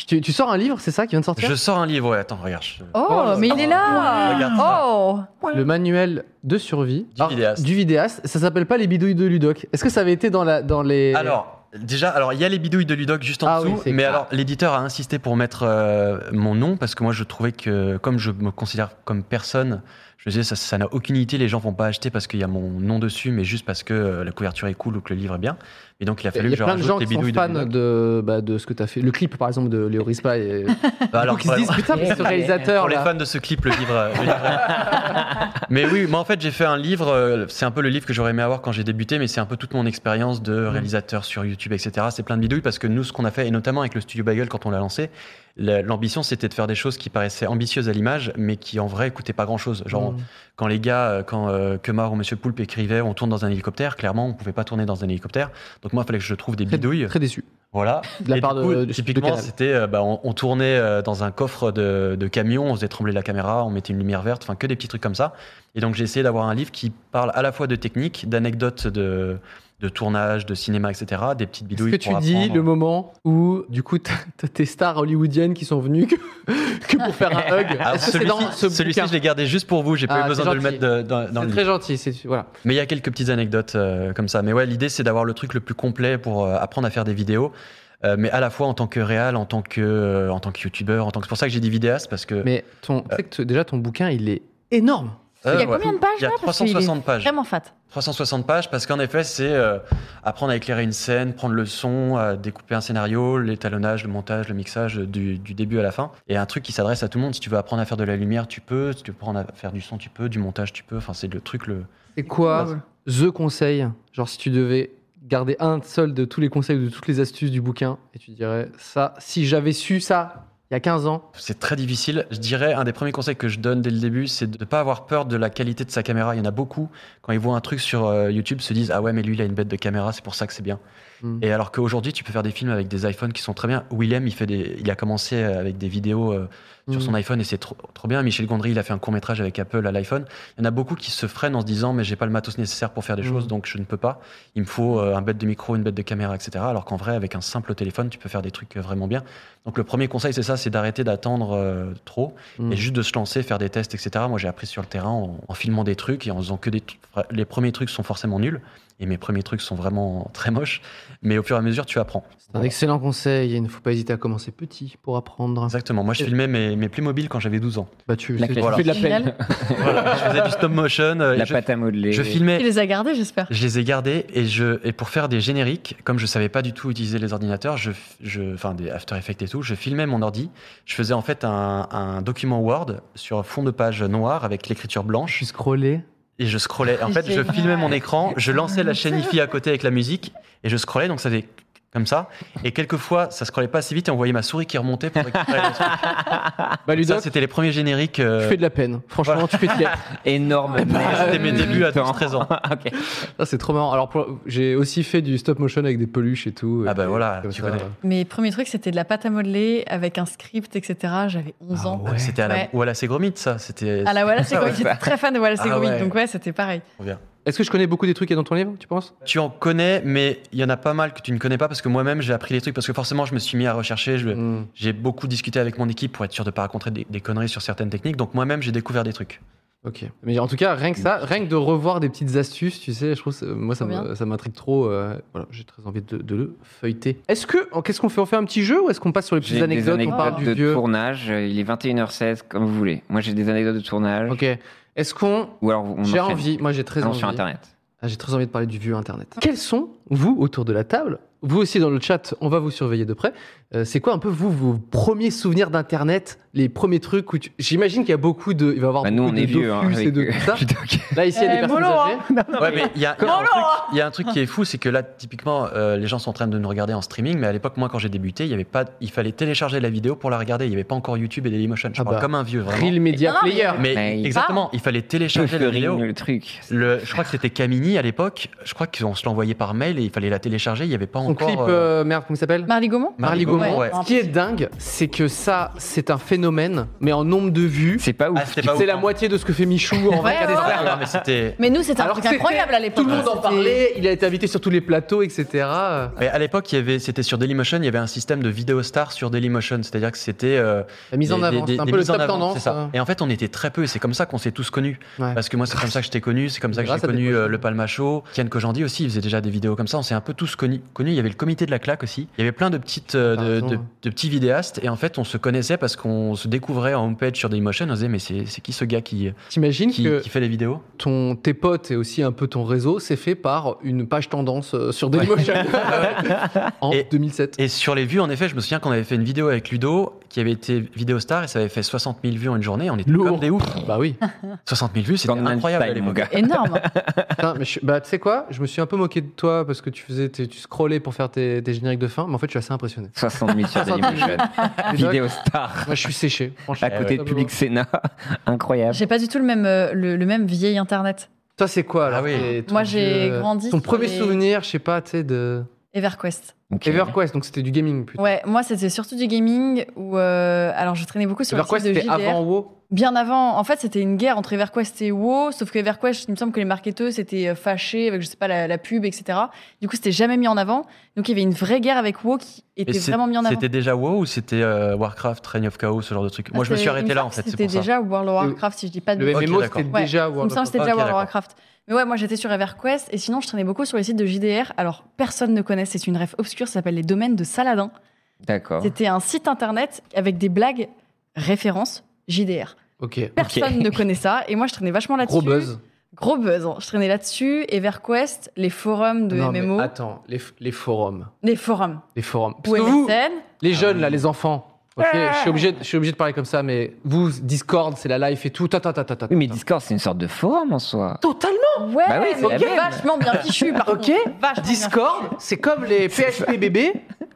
Speaker 1: Tu, tu sors un livre, c'est ça qui vient de sortir
Speaker 4: Je sors un livre, ouais, attends, regarde. je-
Speaker 3: Oh,
Speaker 1: Oh,
Speaker 3: mais il est là.
Speaker 4: Regarde
Speaker 3: Oh.
Speaker 1: Le manuel de survie Ah,
Speaker 4: Du vidéaste.
Speaker 1: du vidéaste. Ça s'appelle pas les bidouilles de Ludoc. Est-ce que ça avait été dans, la, dans les.
Speaker 4: Alors, déjà, alors il y a les bidouilles de Ludoc juste en
Speaker 1: Ah oui,
Speaker 4: dessous,
Speaker 1: c'est
Speaker 4: mais
Speaker 1: clair.
Speaker 4: alors l'éditeur a insisté pour mettre euh, mon nom parce que moi je trouvais que comme je me considère comme personne, je me disais ça- ça n'a aucune utilité, les gens vont pas acheter parce qu'il y a mon nom dessus, mais juste parce que euh, la couverture est cool ou que le livre est bien. Et donc il a fallu
Speaker 1: Il y
Speaker 4: que
Speaker 1: a
Speaker 4: je
Speaker 1: plein de
Speaker 4: rajoute
Speaker 1: gens
Speaker 4: les
Speaker 1: qui sont
Speaker 4: bidouilles
Speaker 1: fans
Speaker 4: de
Speaker 1: de,
Speaker 4: Ludoc.
Speaker 1: bah, de ce que tu as fait. Le clip, par exemple, de Léo Rispa. Et...
Speaker 4: Bah, alors,
Speaker 1: Donc, ils se disent
Speaker 4: vraiment,
Speaker 1: Putain, mais ce réalisateur.
Speaker 4: pour les
Speaker 1: là.
Speaker 4: fans de ce clip, le livre. euh, le livre est- mais oui, moi en fait j'ai fait un livre, euh, c'est un peu le livre que j'aurais aimé avoir quand j'ai débuté, mais c'est un peu toute mon expérience de réalisateur sur YouTube, etc. C'est plein de bidouilles parce que nous, ce qu'on a fait, et notamment avec le studio Bagel quand on l'a lancé, la- l'ambition, c'était de faire des choses qui paraissaient ambitieuses à l'image, mais qui en vrai coûtaient pas grand-chose.
Speaker 1: Mm.
Speaker 4: Genre, quand les gars, euh, quand euh, Kemar ou Monsieur Poulpe écrivaient, on tourne dans un hélicoptère. Clairement, on pouvait pas tourner dans un hélicoptère. Donc moi, il fallait que je trouve des
Speaker 1: Très-
Speaker 4: bidouilles.
Speaker 1: Très déçu.
Speaker 4: Voilà.
Speaker 1: De la
Speaker 4: Et
Speaker 1: part
Speaker 4: du
Speaker 1: de-
Speaker 4: coup,
Speaker 1: de- de
Speaker 4: typiquement,
Speaker 1: Canal.
Speaker 4: c'était, euh, bah, on, on tournait euh, dans un coffre de, de camion, on faisait trembler la caméra, on mettait une lumière verte, enfin que des petits trucs comme ça. Et donc j'ai essayé d'avoir un livre qui parle à la fois de technique, d'anecdotes de, de tournage, de cinéma, etc., des petites
Speaker 1: Ce
Speaker 4: bidouilles.
Speaker 1: que tu
Speaker 4: pour
Speaker 1: dis,
Speaker 4: apprendre.
Speaker 1: le moment où, du coup, t'as t'as tes stars hollywoodiennes qui sont venues que, que pour faire un hug.
Speaker 4: Alors,
Speaker 1: Est-ce que c'est dans ce
Speaker 4: Ah, celui-ci, celui-ci,
Speaker 1: bouquin
Speaker 4: je l'ai gardé juste pour vous, j'ai pas
Speaker 1: Ah,
Speaker 4: eu besoin
Speaker 1: c'est
Speaker 4: de le
Speaker 1: gentil.
Speaker 4: mettre de- dans, dans le
Speaker 1: C'est
Speaker 4: livre.
Speaker 1: très gentil. c'est- Voilà.
Speaker 4: Mais il y a quelques petites anecdotes euh, comme ça. Mais ouais, l'idée, c'est d'avoir le truc le plus complet pour euh, apprendre à faire des vidéos. Euh, mais à la fois en tant que réal, en tant que, euh, en tant que youtubeur, en tant que. C'est pour ça que j'ai dit vidéaste parce que.
Speaker 1: Mais ton, tu sais que t- déjà, ton bouquin, il est énorme.
Speaker 4: Euh,
Speaker 3: Il y a
Speaker 4: ouais.
Speaker 3: combien de pages
Speaker 4: Il y a
Speaker 3: là Ah, Parce qu'il est
Speaker 4: 360 pages.
Speaker 3: Vraiment fat.
Speaker 4: 360 pages parce qu'en effet, c'est euh, apprendre à éclairer une scène, prendre le son, à découper un scénario, l'étalonnage, le montage, le mixage euh, du, du début à la fin. Et un truc qui s'adresse à tout le monde. Si tu veux apprendre à faire de la lumière, tu peux. Si tu veux apprendre à faire du son, tu peux. Du montage, tu peux. Enfin, c'est le truc le.
Speaker 1: C'est quoi The Conseil Genre, si tu devais garder un seul de tous les conseils, de toutes les astuces du bouquin, et tu dirais ça, si j'avais su ça il y a 15 ans,
Speaker 4: C'est très difficile. Je dirais, un des premiers conseils que je donne dès le début, c'est de ne pas avoir peur de la qualité de sa caméra. Il y en a beaucoup, quand ils voient un truc sur euh, YouTube, se disent Ah ouais, mais lui, il a une bête de caméra, c'est pour ça que c'est bien.
Speaker 1: Mm.
Speaker 4: Et alors qu'aujourd'hui, tu peux faire des films avec des iPhones qui sont très bien. Willem, il, fait des... il a commencé avec des vidéos euh, sur
Speaker 1: Mm.
Speaker 4: son iPhone et c'est trop, trop bien. Michel Gondry, il a fait un court-métrage avec Apple à l'iPhone. Il y en a beaucoup qui se freinent en se disant Mais j'ai pas le matos nécessaire pour faire des
Speaker 1: Mm.
Speaker 4: choses, donc je ne peux pas. Il me faut euh, un bête de micro, une bête de caméra, etc. Alors qu'en vrai, avec un simple téléphone, tu peux faire des trucs euh, vraiment bien. Donc le premier conseil, c'est ça, c'est d'arrêter d'attendre euh, trop
Speaker 1: Mm.
Speaker 4: et juste de se lancer, faire des tests, etc. Moi, j'ai appris sur le terrain en, en filmant des trucs et en faisant que des trucs. Les premiers trucs sont forcément nuls et mes premiers trucs sont vraiment très moches, mais au fur et à mesure, tu apprends.
Speaker 1: c'est un excellent conseil, et il ne faut pas hésiter à commencer petit pour apprendre.
Speaker 4: Exactement. Moi, je
Speaker 1: Et-
Speaker 4: filmais mes, mes Playmobil quand j'avais 12 ans.
Speaker 1: Bah, tu,
Speaker 2: La
Speaker 1: tu
Speaker 2: classe.
Speaker 1: fais de la
Speaker 3: Génial.
Speaker 1: peine.
Speaker 4: Voilà, je faisais du stop motion. euh, et
Speaker 2: La
Speaker 4: je,
Speaker 2: pâte à modeler.
Speaker 4: je
Speaker 3: Il
Speaker 4: filmais.
Speaker 3: les a gardés, j'espère.
Speaker 4: Je les ai gardés et, je, et pour faire des génériques, comme je savais pas du tout utiliser les ordinateurs, je, je, enfin des After Effects et tout, je filmais mon ordi. Je faisais en fait un, un document Word sur fond de page noir avec l'écriture
Speaker 1: Je
Speaker 4: blanche
Speaker 1: suis scrollé.
Speaker 4: et je scrollais. En
Speaker 3: C'est
Speaker 4: fait, je
Speaker 3: génial.
Speaker 4: filmais mon écran, je lançais la chaîne IFI à côté avec la musique et je scrollais, donc ça faisait comme ça. Et quelquefois, ça scrollait pas assez vite et on voyait ma souris qui remontait pour récupérer les trucs.
Speaker 1: Bah, Ludoc,
Speaker 4: Ah, Ça, c'était les premiers génériques. euh,
Speaker 1: tu fais de la peine. Franchement, tu fais de la
Speaker 2: Énorme.
Speaker 4: Ah, C'était mes
Speaker 2: Ah,
Speaker 4: débuts à 12-13 ans.
Speaker 2: Ok.
Speaker 1: Ça, Ah, c'est trop marrant. Alors, pour- j'ai aussi fait du stop motion avec des peluches et tout.
Speaker 4: Ah bah
Speaker 1: Et
Speaker 4: voilà,
Speaker 1: comme
Speaker 4: tu
Speaker 1: ça,
Speaker 4: connais.
Speaker 3: Mes premiers trucs, c'était de la pâte à modeler avec un script, etc. J'avais 11 ans.
Speaker 4: Ah Ouais, c'était à la
Speaker 3: Ouais.
Speaker 4: Wallace et Gromit, ça. C'était.
Speaker 3: À la Wallace et Gromit, j'étais très fan de Wallace et
Speaker 4: Ah
Speaker 3: Gromit,
Speaker 4: ouais.
Speaker 3: donc ouais, c'était pareil.
Speaker 1: Est-ce que je connais beaucoup des trucs qui est dans ton livre, tu penses
Speaker 4: Tu en connais, mais il y en a pas mal que tu ne connais pas parce que moi-même j'ai appris les trucs parce que forcément je me suis mis à rechercher. je-
Speaker 1: Hmm.
Speaker 4: J'ai beaucoup discuté avec mon équipe pour être sûr de pas raconter des, des conneries sur certaines techniques. Donc moi-même j'ai découvert des trucs.
Speaker 1: Ok. Mais en tout cas, rien que ça,
Speaker 2: Mmh.
Speaker 1: rien que de revoir des petites astuces, tu sais, je trouve, que, euh, moi, ça
Speaker 3: Trop
Speaker 1: me-
Speaker 3: bien.
Speaker 1: ça m'intrigue trop. euh, voilà, j'ai très envie de, de le feuilleter. Est-ce que, en- qu'est-ce qu'on fait On fait un petit jeu ou est-ce qu'on passe sur les petites
Speaker 2: J'ai des
Speaker 1: anecdotes, On parle
Speaker 2: anecdotes
Speaker 1: du
Speaker 2: de
Speaker 1: vieux.
Speaker 2: tournage. Il est 21h16, comme vous voulez. Moi, j'ai des anecdotes de tournage.
Speaker 1: Ok. Est-ce qu'on
Speaker 2: Ou alors, on
Speaker 1: J'ai
Speaker 2: enchaîne.
Speaker 1: envie. Moi, j'ai très
Speaker 2: Allons
Speaker 1: envie.
Speaker 2: sur Internet.
Speaker 1: Ah, J'ai très envie de parler du vieux Internet. Quels sont, vous, autour de la table, vous aussi dans le chat, on va vous surveiller de près, euh, c'est quoi un peu, vous, vos premiers souvenirs d'Internet, les premiers trucs où tu- J'imagine qu'il y a beaucoup de... Il va y avoir
Speaker 2: Bah, nous,
Speaker 1: beaucoup
Speaker 2: on
Speaker 1: de
Speaker 2: est vieux. hein,
Speaker 1: Dofus et
Speaker 2: avec-
Speaker 1: de tout ça.
Speaker 2: Ludoc.
Speaker 1: Là, ici, il y a des
Speaker 3: Eh,
Speaker 1: personnes
Speaker 3: mollo,
Speaker 1: âgées.
Speaker 4: Ouais, mais il y a, il y a un
Speaker 3: Comment
Speaker 4: truc- il y a un truc qui est fou, c'est que là typiquement euh, les gens sont en train de nous regarder en streaming, mais à l'époque moi quand j'ai débuté, il y avait pas, il fallait télécharger la vidéo pour la regarder. Il y avait pas encore YouTube et Dailymotion. Je
Speaker 1: Ah
Speaker 4: parle
Speaker 1: bah.
Speaker 4: comme un vieux vraiment.
Speaker 1: Real Media
Speaker 3: Non, mais-
Speaker 1: Player.
Speaker 4: Mais
Speaker 2: Mais-
Speaker 4: exactement, il fallait télécharger la
Speaker 2: Buffering,
Speaker 4: vidéo.
Speaker 2: le truc.
Speaker 4: Le- je crois que c'était Camini à l'époque. Je crois qu'on se l'envoyait par mail et il fallait la télécharger. Il n'y avait pas
Speaker 1: Son
Speaker 4: encore.
Speaker 1: clip,
Speaker 4: euh,
Speaker 1: euh, merde, comment il s'appelle
Speaker 3: Marley Gaumont
Speaker 1: Marley
Speaker 4: Marley
Speaker 1: Gaumont.
Speaker 4: Gaumont, ouais.
Speaker 1: Ce qui est dingue, c'est que ça, c'est un phénomène, mais en nombre de vues,
Speaker 2: C'est pas ouf.
Speaker 4: Ah, c'était pas
Speaker 1: c'est
Speaker 4: ouf,
Speaker 1: la
Speaker 4: hein.
Speaker 1: moitié de ce que fait Michou en
Speaker 3: Ouais,
Speaker 1: 24
Speaker 3: ouais.
Speaker 1: heures.
Speaker 4: Ah, mais c'était.
Speaker 3: Mais nous, c'était un
Speaker 1: Alors
Speaker 3: truc
Speaker 1: que
Speaker 3: incroyable à l'époque.
Speaker 1: Tout le monde en
Speaker 3: C'était-
Speaker 1: parlait, il a été invité sur tous les plateaux, etc.
Speaker 4: Mais à l'époque, il y avait, c'était sur Dailymotion, il y avait un système de vidéo star sur Dailymotion, c'est-à-dire que c'était euh,
Speaker 1: La mise en
Speaker 4: des-
Speaker 1: avant,
Speaker 4: des-
Speaker 1: c'est un
Speaker 4: des
Speaker 1: peu le
Speaker 4: mises en
Speaker 1: top
Speaker 4: avant,
Speaker 1: tendance.
Speaker 4: c'est ça.
Speaker 1: euh.
Speaker 4: Et en fait, on était très peu, et c'est comme ça qu'on s'est tous connus.
Speaker 1: Ouais.
Speaker 4: Parce que moi, c'est comme ça que je t'ai connu, c'est comme ça que j'ai
Speaker 1: Grâce à
Speaker 4: connu
Speaker 1: Dailymotion.
Speaker 4: euh, le Palmacho, Kian Kojandi aussi, il faisait déjà des vidéos comme ça. On s'est un peu tous connus. connus. Il y avait le comité de la claque aussi. Il y avait plein de petites, euh,
Speaker 1: T'as
Speaker 4: de,
Speaker 1: raison,
Speaker 4: de-
Speaker 1: ouais.
Speaker 4: de petits vidéastes, et en fait, on se connaissait parce qu'on se découvrait en homepage sur Dailymotion. On se disait, mais c'est c'est qui ce gars qui,
Speaker 1: T'imagines
Speaker 4: qui,
Speaker 1: que
Speaker 4: qui fait les vidéos
Speaker 1: ton, tes potes et aussi un peu ton réseau, c'est fait par une page tendance euh, sur Dailymotion Ah en
Speaker 4: Et-
Speaker 1: 2007.
Speaker 4: Et sur les vues, en effet, je me souviens qu'on avait fait une vidéo avec Ludo qui avait été vidéo star et ça avait fait 60 000 vues en une journée. On était
Speaker 1: Lourd.
Speaker 4: comme des ouf.
Speaker 1: Bah oui.
Speaker 4: 60 000 vues, c'était
Speaker 2: Gangnam
Speaker 4: incroyable. à
Speaker 2: Style, mon
Speaker 4: l'époque.
Speaker 2: gars.
Speaker 3: Énorme.
Speaker 1: Putain, mais je- bah, tu sais quoi Je me suis un peu moqué de toi parce que tu faisais, tes- tu scrollais pour faire tes, tes génériques de fin, mais en fait, je suis assez impressionné.
Speaker 2: 60 000 sur
Speaker 1: 60 000.
Speaker 2: Dailymotion.
Speaker 4: Ah,
Speaker 2: Vidéo star.
Speaker 1: Moi, je suis séché. Franchement.
Speaker 2: À côté de Public Sénat.
Speaker 4: Ah.
Speaker 2: Incroyable.
Speaker 3: J'ai pas du tout le même, euh, le, le même vieil internet.
Speaker 1: Toi, c'est quoi alors,
Speaker 4: Ah oui.
Speaker 1: tes- ton
Speaker 3: Moi, j'ai
Speaker 1: vieux- euh,
Speaker 3: grandi
Speaker 1: Ton
Speaker 3: sur
Speaker 1: premier
Speaker 3: les-
Speaker 1: souvenir, je sais pas, tu sais, de
Speaker 3: EverQuest.
Speaker 2: Ok.
Speaker 1: EverQuest, donc c'était du gaming plutôt.
Speaker 3: Ouais, moi c'était surtout du gaming où euh, alors je traînais beaucoup sur le
Speaker 1: EverQuest,
Speaker 3: site de
Speaker 1: c'était
Speaker 3: JDR.
Speaker 1: avant WoW.
Speaker 3: Bien avant, en fait, c'était une guerre entre EverQuest et WoW, sauf que EverQuest, il me semble que les marketeurs s'étaient euh, fâchés avec, je sais pas, la, la pub, etc. Du coup, c'était jamais mis en avant. Donc, il y avait une vraie guerre avec WoW qui
Speaker 4: Et
Speaker 3: était
Speaker 4: c'est-
Speaker 3: vraiment mis en avant.
Speaker 4: C'était déjà WoW ou c'était euh, Warcraft, Reign of Chaos, ce genre de truc Moi, je me suis
Speaker 3: C'était- il
Speaker 4: arrêté
Speaker 3: me
Speaker 4: là,
Speaker 3: semble
Speaker 4: en fait,
Speaker 3: que
Speaker 4: c'est
Speaker 3: C'était
Speaker 4: pour ça.
Speaker 3: déjà World of Warcraft, si je dis pas de
Speaker 1: Le
Speaker 4: Ok,
Speaker 1: MMO,
Speaker 4: d'accord.
Speaker 1: c'était
Speaker 3: Ouais.
Speaker 1: déjà
Speaker 3: Il me
Speaker 1: World
Speaker 3: semble que
Speaker 1: of
Speaker 3: c'était déjà
Speaker 4: Ok,
Speaker 3: World of
Speaker 4: d'accord.
Speaker 3: Warcraft. Mais ouais, moi j'étais sur EverQuest et sinon je traînais beaucoup sur les sites de JDR. Alors personne ne connaît, c'est une ref obscure, ça s'appelle les domaines de Saladin.
Speaker 2: D'accord.
Speaker 3: C'était un site internet avec des blagues références JDR.
Speaker 1: Ok.
Speaker 3: Personne ne connaît ça et moi je traînais vachement là-dessus.
Speaker 1: Gros buzz.
Speaker 3: Gros buzz. hein. Je traînais là-dessus, EverQuest, les forums de
Speaker 1: Non, mais
Speaker 3: MMO,
Speaker 1: attends, les, f- les forums.
Speaker 3: les forums.
Speaker 1: Les forums. Parce
Speaker 3: Ou
Speaker 1: que vous,
Speaker 3: MSN.
Speaker 1: les jeunes, là, les enfants, ok, je, suis obligé, de- je suis obligé de parler comme ça, mais vous, Discord, c'est la life et tout. ta, ta, ta, ta, ta,
Speaker 2: Oui, mais
Speaker 1: ta.
Speaker 2: Discord, c'est une sorte de forum en soi.
Speaker 1: Totalement
Speaker 3: Ouais,
Speaker 2: Bah oui, c'est
Speaker 3: mais
Speaker 2: la même.
Speaker 3: vachement bien fichu par
Speaker 1: Ok.
Speaker 3: contre. Vachement bien
Speaker 1: Discord, c'est comme les PHPBB.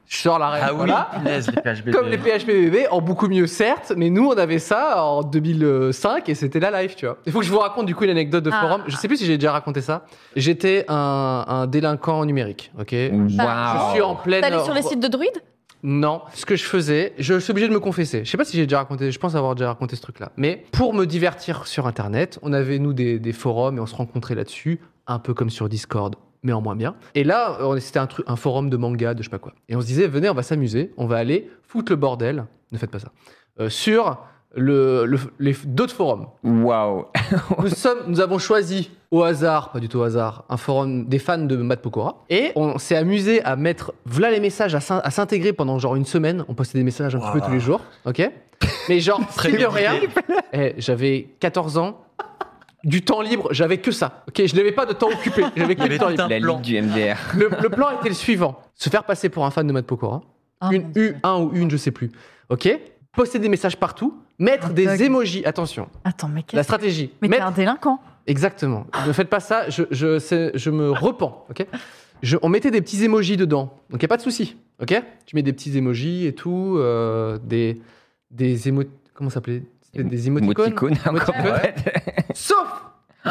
Speaker 1: Je sors la règle.
Speaker 4: Ah oui,
Speaker 1: voilà.
Speaker 4: punaise, les PHB.
Speaker 1: Comme les PHPBB, en beaucoup mieux certes, mais nous on avait ça en 2005 et c'était la live, tu vois. Il faut que je vous raconte du coup une anecdote de
Speaker 3: Ah.
Speaker 1: forum. Je sais plus si j'ai déjà raconté ça. J'étais un, un délinquant numérique, ok. Je suis en
Speaker 2: Waouh.
Speaker 3: fichu.
Speaker 1: pleine.
Speaker 3: T'allais sur les sites de druides
Speaker 1: Non, ce que je faisais, je suis obligé de me confesser. Je sais pas si j'ai déjà raconté, je pense avoir déjà raconté ce truc-là. Mais pour me divertir sur Internet, on avait nous des, des forums et on se rencontrait là-dessus, un peu comme sur Discord, mais en moins bien. Et là, euh, on- c'était un, truc- un forum de manga, de je sais pas quoi. Et on se disait, venez, on va s'amuser, on va aller foutre le bordel, ne faites pas ça, euh, sur le, le- les d'autres forums.
Speaker 2: Waouh.
Speaker 1: Nous, sommes, nous avons choisi au hasard, pas du tout au hasard, un forum des fans de Matt Pokora. Et on s'est amusé à mettre, voilà les messages à s'in- à s'intégrer pendant genre une semaine. On postait des messages un petit peu tous les jours, ok Mais genre,
Speaker 4: Très
Speaker 1: très de
Speaker 4: bien
Speaker 1: rien. Eh, j'avais 14 ans, du temps libre, j'avais que ça. Ok, je n'avais pas de temps occupé, j'avais que
Speaker 4: Il y
Speaker 1: le
Speaker 4: avait
Speaker 1: temps
Speaker 4: tout
Speaker 1: libre.
Speaker 4: un
Speaker 2: La
Speaker 4: plan.
Speaker 2: ligue du MDR.
Speaker 1: Le, le plan était le suivant se faire passer pour un fan de Matt Pokora
Speaker 3: Ah, mon
Speaker 1: une
Speaker 3: Dieu.
Speaker 1: U, un ou une, je sais plus. Ok Poster des messages partout, mettre
Speaker 3: Un
Speaker 1: des
Speaker 3: bug.
Speaker 1: emojis, attention,
Speaker 3: Attends, mais
Speaker 1: la
Speaker 3: qu'est-ce que.
Speaker 1: stratégie.
Speaker 3: Mais t'es
Speaker 1: Mettre-
Speaker 3: un délinquant.
Speaker 1: Exactement. Ne faites pas ça, je, je, c'est- je me repens. ok Je- on mettait des petits émojis dedans, donc il a pas de souci. ok tu mets des petits émojis et tout, euh, des, des émo... Comment ça s'appelait C'était Des émoticônes.
Speaker 2: Moticône, hein, encore.
Speaker 1: Émoticônes.
Speaker 2: Ouais.
Speaker 1: Sauf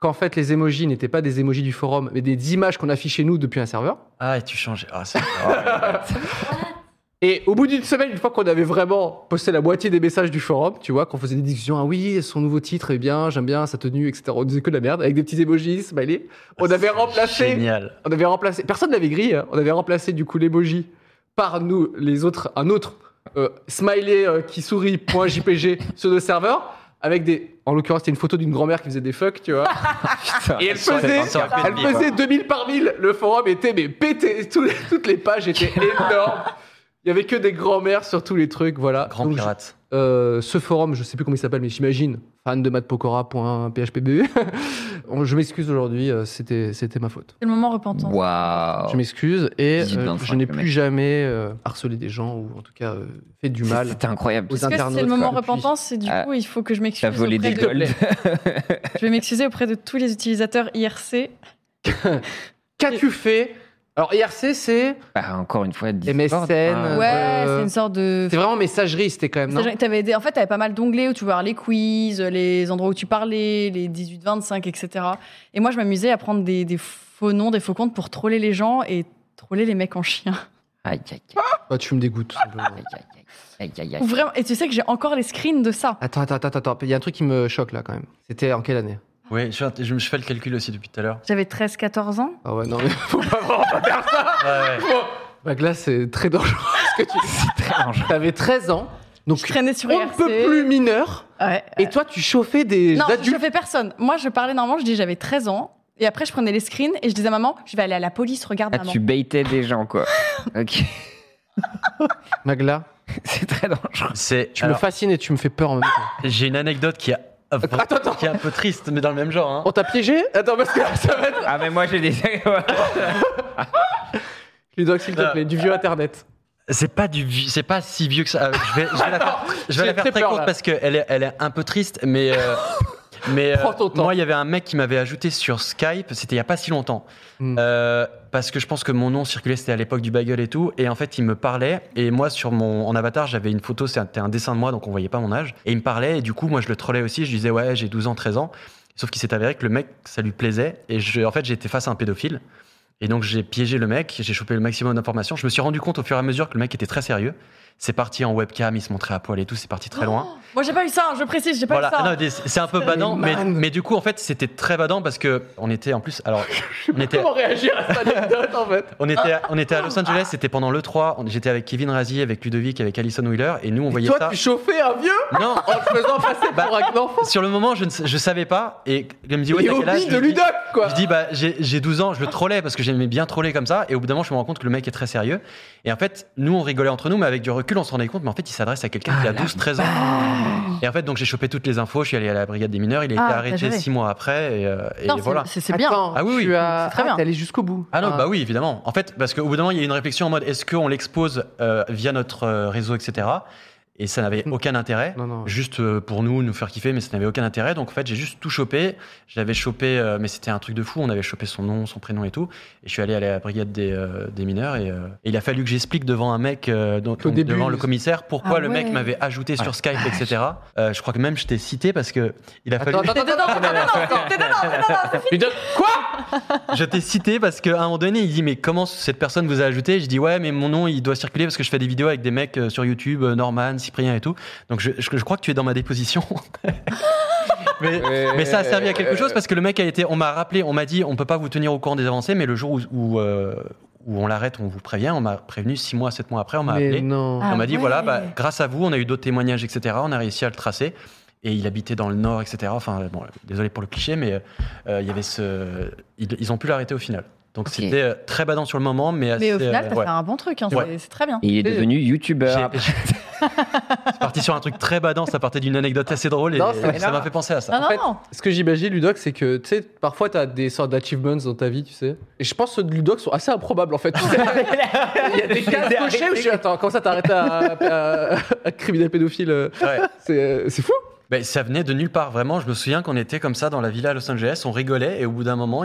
Speaker 1: qu'en fait, les émojis n'étaient pas des émojis du forum, mais des images qu'on affichait nous depuis un serveur.
Speaker 4: Ah, et tu changes. Ah, c'est-
Speaker 1: Et au bout d'une semaine, une fois qu'on avait vraiment posté la moitié des messages du forum, tu vois, qu'on faisait des discussions, ah oui, son nouveau titre, eh bien, j'aime bien sa tenue, etc. On disait que de la merde, avec des petits emojis, smiley. On avait
Speaker 4: C'est
Speaker 1: remplacé,
Speaker 4: Génial.
Speaker 1: on avait remplacé, personne n'avait grillé, hein. on avait remplacé du coup l'emoji par nous, les autres, un autre euh, smiley euh, qui sourit, point JPG, sur le serveur, avec des, en l'occurrence, c'était une photo d'une grand-mère qui faisait des fuck, tu vois.
Speaker 2: Putain.
Speaker 1: Et elle
Speaker 4: Ça aurait
Speaker 1: faisait,
Speaker 4: été un peu
Speaker 1: elle
Speaker 4: de vie,
Speaker 1: faisait 2000 par 1000. Le forum était mais pété. Tout- toutes les pages étaient énormes. Il y avait que des grands-mères sur tous les trucs. Voilà.
Speaker 4: Grand
Speaker 1: Donc,
Speaker 4: pirate.
Speaker 1: je- euh, ce forum, je sais plus comment il s'appelle, mais j'imagine fan de matpokora.phpb. On- je m'excuse aujourd'hui. euh, C'était c'était ma faute.
Speaker 3: C'est le moment repentant.
Speaker 2: Waouh.
Speaker 1: Je m'excuse et
Speaker 2: 18,
Speaker 1: euh,
Speaker 2: 25,
Speaker 1: je n'ai
Speaker 2: Oh. le
Speaker 1: plus
Speaker 2: mec.
Speaker 1: jamais euh, harcelé des gens ou en tout cas euh, fait du
Speaker 2: C'est-
Speaker 1: mal
Speaker 2: C'était incroyable.
Speaker 1: aux
Speaker 3: Parce que
Speaker 1: internautes.
Speaker 3: c'est le moment
Speaker 1: quoi. Depuis-
Speaker 3: repentant, c'est du
Speaker 2: Ah.
Speaker 3: coup, il faut que je m'excuse.
Speaker 2: T'as volé
Speaker 3: auprès
Speaker 2: des
Speaker 3: de-
Speaker 2: golds.
Speaker 3: Je vais m'excuser auprès de tous les utilisateurs IRC.
Speaker 1: Qu'as-tu fait Alors IRC, c'est
Speaker 2: Bah, encore une fois, Discord.
Speaker 1: MSN.
Speaker 2: Ah,
Speaker 3: Ouais,
Speaker 1: euh,
Speaker 3: c'est une sorte de.
Speaker 1: c'est vraiment messagerie, c'était quand même. non
Speaker 3: Ça, t'avais des- En fait, t'avais pas mal d'onglets où tu pouvais avoir les quiz, les endroits où tu parlais, les 18-25, etc. Et moi, je m'amusais à prendre des, des faux noms, des faux comptes pour troller les gens et troller les mecs en chien.
Speaker 2: Aïe, aïe,
Speaker 1: Bah, tu me dégoûtes. simplement.
Speaker 2: aïe, aïe, aïe, aïe, aïe,
Speaker 3: Ou
Speaker 2: aïe.
Speaker 3: Vraiment. Et tu sais que j'ai encore les screens de ça.
Speaker 1: Attends, attends, attends, attends. Il y a un truc qui me choque là quand même. C'était en quelle année
Speaker 4: Oui, je, je me fais le calcul aussi depuis tout à l'heure.
Speaker 3: J'avais 13-14 ans.
Speaker 1: Ah ouais, non, mais.
Speaker 4: Ouais, ouais.
Speaker 1: Bah, là, c'est très dangereux ce que tu dis.
Speaker 2: C'est très dangereux.
Speaker 1: T'avais 13 ans,
Speaker 3: Je
Speaker 1: donc
Speaker 3: traînais sur
Speaker 1: on ne
Speaker 3: IRC.
Speaker 1: peut plus mineur.
Speaker 3: Ouais.
Speaker 1: Et toi, tu Euh. chauffais des
Speaker 3: Non, je
Speaker 1: adultes.
Speaker 3: fais personne. Moi, je parlais normalement, je dis j'avais 13 ans. Et après, je prenais les screens et je disais à maman, je vais aller à la police, regarde
Speaker 2: Ah,
Speaker 3: maman.
Speaker 2: tu baitais des gens, quoi. Ok.
Speaker 1: Magla,
Speaker 2: C'est très dangereux.
Speaker 4: C'est.
Speaker 1: tu me
Speaker 4: alors,
Speaker 1: fascines et tu me fais peur en même temps.
Speaker 4: J'ai une anecdote qui est.
Speaker 1: Attends, attends.
Speaker 4: Qui est un peu triste, mais dans le même genre. hein.
Speaker 1: On t'a piégé Attends, parce que là, ça va être.
Speaker 2: Ah, mais moi, j'ai des.
Speaker 1: Ludox, s'il te plaît, du vieux internet.
Speaker 4: C'est pas du vieux- c'est pas si vieux que ça. Euh, Je vais, je vais la faire, je vais
Speaker 1: J'ai
Speaker 4: la faire
Speaker 1: très
Speaker 4: très,
Speaker 1: peur,
Speaker 4: courte
Speaker 1: là.
Speaker 4: parce qu'elle est, elle est un peu triste, mais. euh, Mais
Speaker 1: Prends
Speaker 4: euh,
Speaker 1: ton temps.
Speaker 4: moi, il y avait un mec qui m'avait ajouté sur Skype, c'était il y a pas si longtemps,
Speaker 1: Hmm.
Speaker 4: Euh, parce que je pense que mon nom circulait, c'était à l'époque du bagel et tout, et en fait, il me parlait, et moi, sur mon en avatar, j'avais une photo, c'était un dessin de moi, donc on voyait pas mon âge, et il me parlait, et du coup, moi, je le trollais aussi, je disais ouais, j'ai 12 ans, 13 ans, sauf qu'il s'est avéré que le mec, ça lui plaisait, et je, en fait, j'étais face à un pédophile. Et donc j'ai piégé le mec, j'ai chopé le maximum d'informations. Je me suis rendu compte au fur et à mesure que le mec était très sérieux. C'est parti en webcam, il se montrait à poil et tout, c'est parti très loin.
Speaker 3: Oh, Moi, j'ai pas eu ça, hein, je précise, j'ai pas eu ça.
Speaker 4: Voilà, Non, c'est un peu badant, mais,
Speaker 1: man.
Speaker 4: mais du coup en fait c'était très badant parce que on était en plus, alors on était,
Speaker 1: Comment Ah. réagir à cette anecdote en fait
Speaker 4: on était, à- on était à Los Angeles, c'était pendant le 3, on- j'étais avec Kevin Razi, avec Ludovic, avec Alison Wheeler et nous on voyait
Speaker 1: Toi,
Speaker 4: ça.
Speaker 1: tu chauffais un vieux
Speaker 4: Non,
Speaker 1: en te faisant passer
Speaker 4: Bah,
Speaker 1: pour un enfant
Speaker 4: sur le moment je ne je savais pas et il me dit ouais
Speaker 1: Et
Speaker 4: t'as
Speaker 1: au
Speaker 4: quel âge
Speaker 1: bide
Speaker 4: Je
Speaker 1: de
Speaker 4: lui dis-
Speaker 1: Ludoc quoi
Speaker 4: Je dis, bah, j'ai j'ai 12 ans, je le trollais parce que j'aimais bien troller comme ça. Et au bout d'un moment, je me rends compte que le mec est très sérieux. Et en fait, nous, on rigolait entre nous, mais avec du recul, on se rendait compte, mais en fait, il s'adresse à
Speaker 3: Ah,
Speaker 4: quelqu'un qui a 12, 13 ans. Et en fait, donc, j'ai chopé toutes les infos, je suis allé à la brigade des mineurs, il a
Speaker 3: Ah,
Speaker 4: été
Speaker 3: t'as
Speaker 4: arrêté
Speaker 3: géré.
Speaker 4: 6 mois après. Et, euh, et
Speaker 3: Non, c'est-
Speaker 4: voilà.
Speaker 3: c'est c'est bien.
Speaker 1: Attends,
Speaker 4: Ah oui, oui.
Speaker 1: tu as-
Speaker 3: C'est très
Speaker 1: ah,
Speaker 3: bien.
Speaker 1: t'es allé jusqu'au bout.
Speaker 4: Ah non, bah oui, évidemment. En fait, parce qu'au bout d'un moment, il y a eu une réflexion en mode est-ce qu'on l'expose euh, via notre euh, réseau, etc. Et ça n'avait
Speaker 3: Hmm.
Speaker 4: aucun intérêt.
Speaker 1: Non, non.
Speaker 4: Juste euh, pour nous, nous faire kiffer, mais ça n'avait aucun intérêt. Donc en fait, j'ai juste tout chopé. J'avais chopé, euh, mais c'était un truc de fou. On avait chopé son nom, son prénom et tout. Et je suis allé à la brigade des, euh, des mineurs. Et, euh, et il a fallu que j'explique devant un mec, euh, donc,
Speaker 1: Au début,
Speaker 4: devant le
Speaker 1: il-
Speaker 4: commissaire, pourquoi
Speaker 3: Ah
Speaker 4: le mec
Speaker 3: ouais.
Speaker 4: m'avait ajouté sur Skype, etc. Euh, je crois que même je t'ai cité parce que il a fallu.
Speaker 1: Attends, attends,
Speaker 3: T'es dedans,
Speaker 1: attends,
Speaker 3: t'es dedans, t'es dedans, t'es dedans, t'es dedans.
Speaker 1: Ludoc, quoi
Speaker 4: Je t'ai cité parce qu'à un moment donné, il dit Mais comment cette personne vous a ajouté Je dis Ouais, mais mon nom, il doit circuler parce que je fais des vidéos avec des mecs euh, sur YouTube, euh, Norman, Cyprien et tout. Donc je, je- je crois que tu es dans ma déposition. mais, mais ça a servi à
Speaker 1: Euh,
Speaker 4: quelque chose parce que le mec a été. On m'a rappelé, on m'a dit On peut pas vous tenir au courant des avancées, mais le jour où, où, euh, où on l'arrête, on vous prévient. On m'a prévenu six mois, sept mois après, on m'a
Speaker 1: Mais
Speaker 4: appelé.
Speaker 1: non.
Speaker 3: Ah
Speaker 4: on m'a dit
Speaker 3: ouais.
Speaker 4: Voilà, bah, grâce à vous, on a eu d'autres témoignages, etc. On a réussi à le tracer. Et il habitait dans le nord, etc. Enfin, bon, désolé pour le cliché, mais euh, il y avait ce. Ils, ils ont pu l'arrêter au final. Donc
Speaker 2: Ok.
Speaker 4: c'était euh, très badant sur le moment, mais assez.
Speaker 3: Mais au
Speaker 4: euh,
Speaker 3: final, t'as
Speaker 4: ouais.
Speaker 3: fait un bon truc, hein,
Speaker 4: Ouais.
Speaker 3: c'est- c'est très bien.
Speaker 2: Et il est
Speaker 1: Et-
Speaker 2: devenu youtubeur.
Speaker 4: J'ai- C'est parti sur un truc très badant, ça partait d'une anecdote assez drôle et
Speaker 1: Non, c'est
Speaker 4: ça m'a
Speaker 1: énorme.
Speaker 4: fait penser à ça.
Speaker 3: Non, non,
Speaker 1: fait-
Speaker 3: non.
Speaker 1: Ce que j'imagine, Ludoc, c'est que, tu sais, parfois, t'as des sortes d'achievements dans ta vie, tu sais. Et je pense que ceux de Ludoc sont assez improbables, en fait. Tu sais, Il y a des cas cochés où je suis, attends, comment ça t'arrêtes à, à, à criminel pédophile euh,
Speaker 4: Ouais.
Speaker 1: C'est euh, c'est fou
Speaker 4: Mais Ben, ça venait de nulle part, vraiment. Je me souviens qu'on était comme ça dans la villa à Los Angeles, on rigolait et au bout d'un moment,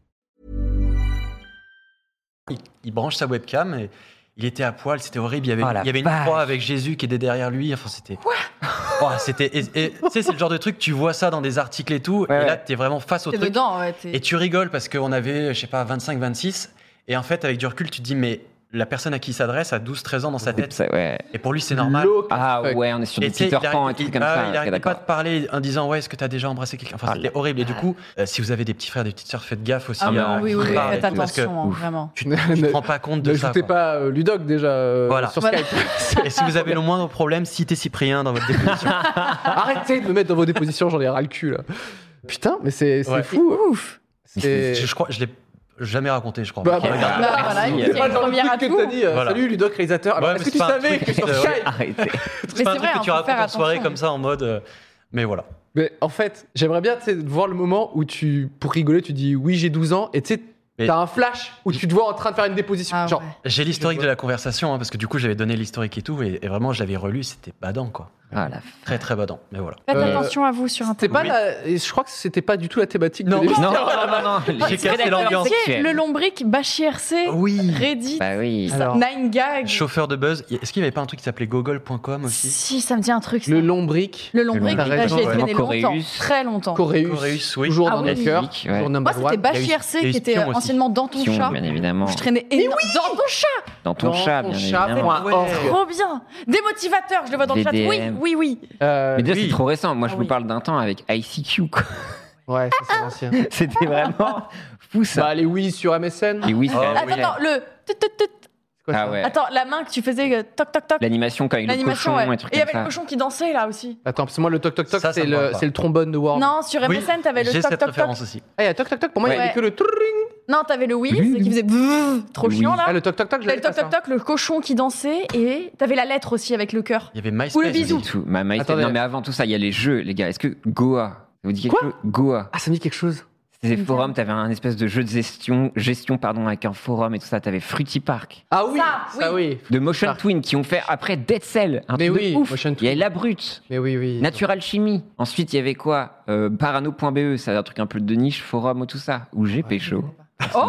Speaker 4: il, il branche sa webcam et il était à poil, c'était horrible. Il y avait,
Speaker 2: Oh, la
Speaker 4: il y avait une
Speaker 2: vache.
Speaker 4: croix avec Jésus qui était derrière lui. Enfin, c'était. Oh, c'était. et- et, Tu sais, c'est le genre de truc, tu vois ça dans des articles et tout,
Speaker 2: Ouais,
Speaker 4: et là,
Speaker 2: ouais.
Speaker 4: t'es vraiment face au
Speaker 3: T'es
Speaker 4: truc.
Speaker 3: dedans, ouais. t'es-
Speaker 4: Et tu rigoles parce qu'on avait, je sais pas, 25, 26. Et en fait, avec du recul, tu te dis, mais la personne à qui il s'adresse a 12, 13 ans dans sa tête.
Speaker 2: Ça, ouais.
Speaker 4: Et pour lui, c'est normal.
Speaker 1: Low class
Speaker 2: Ah
Speaker 1: fuck.
Speaker 2: ouais, on est sur
Speaker 4: Et
Speaker 2: des
Speaker 4: tu sais,
Speaker 2: Peter
Speaker 4: il arrête-
Speaker 2: Pan et tout
Speaker 4: il-
Speaker 2: comme
Speaker 4: ah,
Speaker 2: ça.
Speaker 4: il
Speaker 2: ok,
Speaker 4: arrête pas
Speaker 2: d'accord.
Speaker 4: de parler en disant ouais est-ce que t'as déjà embrassé quelqu'un enfin
Speaker 2: Ah
Speaker 4: c'était
Speaker 2: là
Speaker 4: horrible et du coup euh, si vous avez des petits frères des petites sœurs faites gaffe aussi
Speaker 3: Ah,
Speaker 4: à
Speaker 3: non, oui,
Speaker 4: qui
Speaker 3: oui,
Speaker 4: vous
Speaker 3: oui,
Speaker 4: parlez,
Speaker 3: faites
Speaker 4: parce que
Speaker 3: attention, hein,
Speaker 1: Euh,
Speaker 3: vraiment.
Speaker 4: tu tu te
Speaker 1: Ne-
Speaker 4: rends pas compte de
Speaker 1: Ne
Speaker 4: ça
Speaker 1: shootez
Speaker 4: quoi.
Speaker 1: pas euh, Ludoc déjà euh,
Speaker 4: Voilà.
Speaker 1: sur
Speaker 3: Voilà.
Speaker 1: Skype.
Speaker 4: Et si vous avez le moindre problème, citez Cyprien dans votre définition.
Speaker 1: Arrêtez de me mettre dans vos dépositions, j'en ai ras le cul là. Putain, mais c'est c'est
Speaker 4: Ouais.
Speaker 1: fou. Ouf.
Speaker 4: je, je crois, je l'ai jamais raconté, je crois.
Speaker 1: Bah,
Speaker 4: Ok.
Speaker 1: bah,
Speaker 3: Bah, voilà,
Speaker 2: Merci.
Speaker 3: écoute,
Speaker 1: C'est
Speaker 3: il y a
Speaker 1: pas
Speaker 3: une
Speaker 1: genre le
Speaker 3: première
Speaker 1: truc que
Speaker 3: atout.
Speaker 1: t'as dit. euh,
Speaker 4: Voilà.
Speaker 1: Salut Ludoc, réalisateur. Alors,
Speaker 4: Ouais,
Speaker 1: Est-ce
Speaker 4: mais
Speaker 1: que tu
Speaker 4: c'est pas un
Speaker 1: savais
Speaker 4: truc
Speaker 1: que sur
Speaker 4: de-
Speaker 1: Skype
Speaker 2: Arrêtez.
Speaker 4: C'est pas un
Speaker 3: c'est vrai,
Speaker 4: truc que tu
Speaker 3: hein, faut
Speaker 4: racontes
Speaker 3: faire
Speaker 4: en soirée
Speaker 3: attention.
Speaker 4: comme ça en mode. euh, mais voilà.
Speaker 1: Mais en fait, j'aimerais bien tu sais, voir le moment où tu, pour rigoler, tu dis oui, j'ai 12 ans, et tu sais,
Speaker 4: Mais-
Speaker 1: t'as un flash où tu te vois en train de faire une déposition.
Speaker 3: Ah,
Speaker 1: genre,
Speaker 3: ouais.
Speaker 4: J'ai l'historique de la conversation, hein, parce que du coup j'avais donné l'historique et tout, et, et vraiment je l'avais relu, c'était badant quoi.
Speaker 2: Ah, la
Speaker 4: Très très badant, mais voilà.
Speaker 3: Faites
Speaker 1: Euh,
Speaker 3: attention à vous sur
Speaker 1: c'est
Speaker 3: Internet.
Speaker 1: pas la- et je crois que c'était pas du tout la thématique de l'émission.
Speaker 2: Non, non, non, non.
Speaker 4: J'ai
Speaker 2: les
Speaker 4: cassé
Speaker 2: rédacteurs
Speaker 4: l'ambiance.
Speaker 3: Tu sais,
Speaker 2: sexuels.
Speaker 3: Le lombric, Bachir C,
Speaker 4: Oui
Speaker 3: Reddit,
Speaker 2: Bah oui.
Speaker 1: Alors-
Speaker 3: Nine Gag.
Speaker 4: Chauffeur de buzz, y- est-ce qu'il n'y avait pas un truc qui s'appelait gogol.com aussi
Speaker 3: Si, ça me dit un truc. ça.
Speaker 1: Le lombric,
Speaker 3: Le
Speaker 2: Le
Speaker 3: lombric, là,
Speaker 2: lombric,
Speaker 3: j'y ai
Speaker 2: ouais.
Speaker 3: traîné
Speaker 2: Coréus.
Speaker 3: longtemps. Très longtemps.
Speaker 1: Coréus,
Speaker 4: Coréus, oui.
Speaker 1: toujours
Speaker 3: Ah
Speaker 1: dans
Speaker 3: oui.
Speaker 1: mon cœur,
Speaker 2: Magnifique, ouais.
Speaker 1: toujours
Speaker 3: Moi,
Speaker 1: number
Speaker 3: c'était
Speaker 1: one.
Speaker 4: Il y a eu-
Speaker 3: Bachir
Speaker 4: il y a
Speaker 3: C
Speaker 4: eu
Speaker 3: qui était
Speaker 4: Spion
Speaker 3: euh,
Speaker 4: aussi.
Speaker 3: anciennement dans ton
Speaker 2: Pion,
Speaker 3: chat.
Speaker 2: bien évidemment.
Speaker 3: Je traînais énorme. Dans ton chat
Speaker 2: Dans ton
Speaker 1: Dans
Speaker 2: chat,
Speaker 1: ton
Speaker 2: bien
Speaker 1: chat,
Speaker 2: évidemment.
Speaker 1: point
Speaker 4: Ouais.
Speaker 1: org.
Speaker 3: Trop bien. Des motivateurs, je le vois dans le chat. Oui,
Speaker 2: VDM.
Speaker 3: oui, oui.
Speaker 1: Euh,
Speaker 2: Mais déjà,
Speaker 4: oui.
Speaker 2: c'est trop récent. Moi, je
Speaker 3: Ah
Speaker 2: vous
Speaker 3: oui.
Speaker 2: parle d'un temps avec ICQ. quoi.
Speaker 1: Ouais, ça c'est l'ancien.
Speaker 2: C'était vraiment fou ça.
Speaker 1: Bah, les oui sur MSN.
Speaker 2: Et oui,
Speaker 4: Oh,
Speaker 2: ça.
Speaker 4: oui.
Speaker 3: Attends, attends, le. tut, tut, tut.
Speaker 1: quoi
Speaker 2: Ah
Speaker 1: ça
Speaker 2: ouais.
Speaker 3: Attends, la main que tu faisais, euh, toc toc toc.
Speaker 2: L'animation quand avec le
Speaker 3: L'animation,
Speaker 2: cochon
Speaker 3: ouais.
Speaker 2: et trucs
Speaker 3: Et il y
Speaker 2: comme
Speaker 3: avait
Speaker 2: ça.
Speaker 3: le cochon qui dansait là aussi.
Speaker 1: Attends, parce que moi, le toc toc toc,
Speaker 4: Ça, ça
Speaker 1: c'est
Speaker 4: me parle
Speaker 1: le,
Speaker 4: pas.
Speaker 1: c'est le trombone de Ward.
Speaker 3: Non, sur
Speaker 4: Oui,
Speaker 3: MSN, t'avais le
Speaker 4: J'ai
Speaker 3: toc toc
Speaker 4: cette
Speaker 3: toc.
Speaker 4: référence aussi.
Speaker 1: Ah, il y a toc toc toc, pour moi, il y avait
Speaker 3: Ouais.
Speaker 1: que le trrring.
Speaker 3: Non, t'avais le
Speaker 2: Oui,
Speaker 3: Wii, c'est qui
Speaker 2: oui.
Speaker 3: faisait brrr, trop
Speaker 2: Oui.
Speaker 3: chiant
Speaker 1: Ah,
Speaker 3: là.
Speaker 1: le toc toc toc, je
Speaker 3: T'avais
Speaker 1: l'avais
Speaker 3: le
Speaker 1: pas
Speaker 3: toc
Speaker 1: ça.
Speaker 3: toc toc, le cochon qui dansait et t'avais la lettre aussi avec le cœur.
Speaker 4: Il y avait MySpace.
Speaker 3: Ou le
Speaker 4: aussi.
Speaker 3: bisou.
Speaker 2: Du tout. Ma- ma-
Speaker 1: Attendez.
Speaker 2: Non mais avant tout ça, il y a les jeux, les gars. Est-ce que Goa, ça vous dites quelque
Speaker 1: Quoi
Speaker 2: chose Goa.
Speaker 1: Ah, ça me dit quelque chose.
Speaker 2: C'était
Speaker 3: Une
Speaker 2: des forums, t'avais un espèce de jeu de gestion, gestion pardon, avec un forum et tout ça. T'avais Fruity Park,
Speaker 1: Ah oui,
Speaker 3: Ça,
Speaker 1: ça oui.
Speaker 2: de Motion
Speaker 1: Park.
Speaker 2: Twin qui ont fait après Dead Cell. Un
Speaker 1: Ah. Mais
Speaker 2: truc de
Speaker 1: oui,
Speaker 2: ouf.
Speaker 1: Motion
Speaker 2: Il y
Speaker 1: Twin.
Speaker 2: avait La Brute,
Speaker 1: Mais oui, oui.
Speaker 2: Natural Chimie. Ensuite, il y avait quoi Euh, Parano.be, c'est un truc un peu de niche, forum, tout ça. Ou j'ai pécho.
Speaker 3: Oh,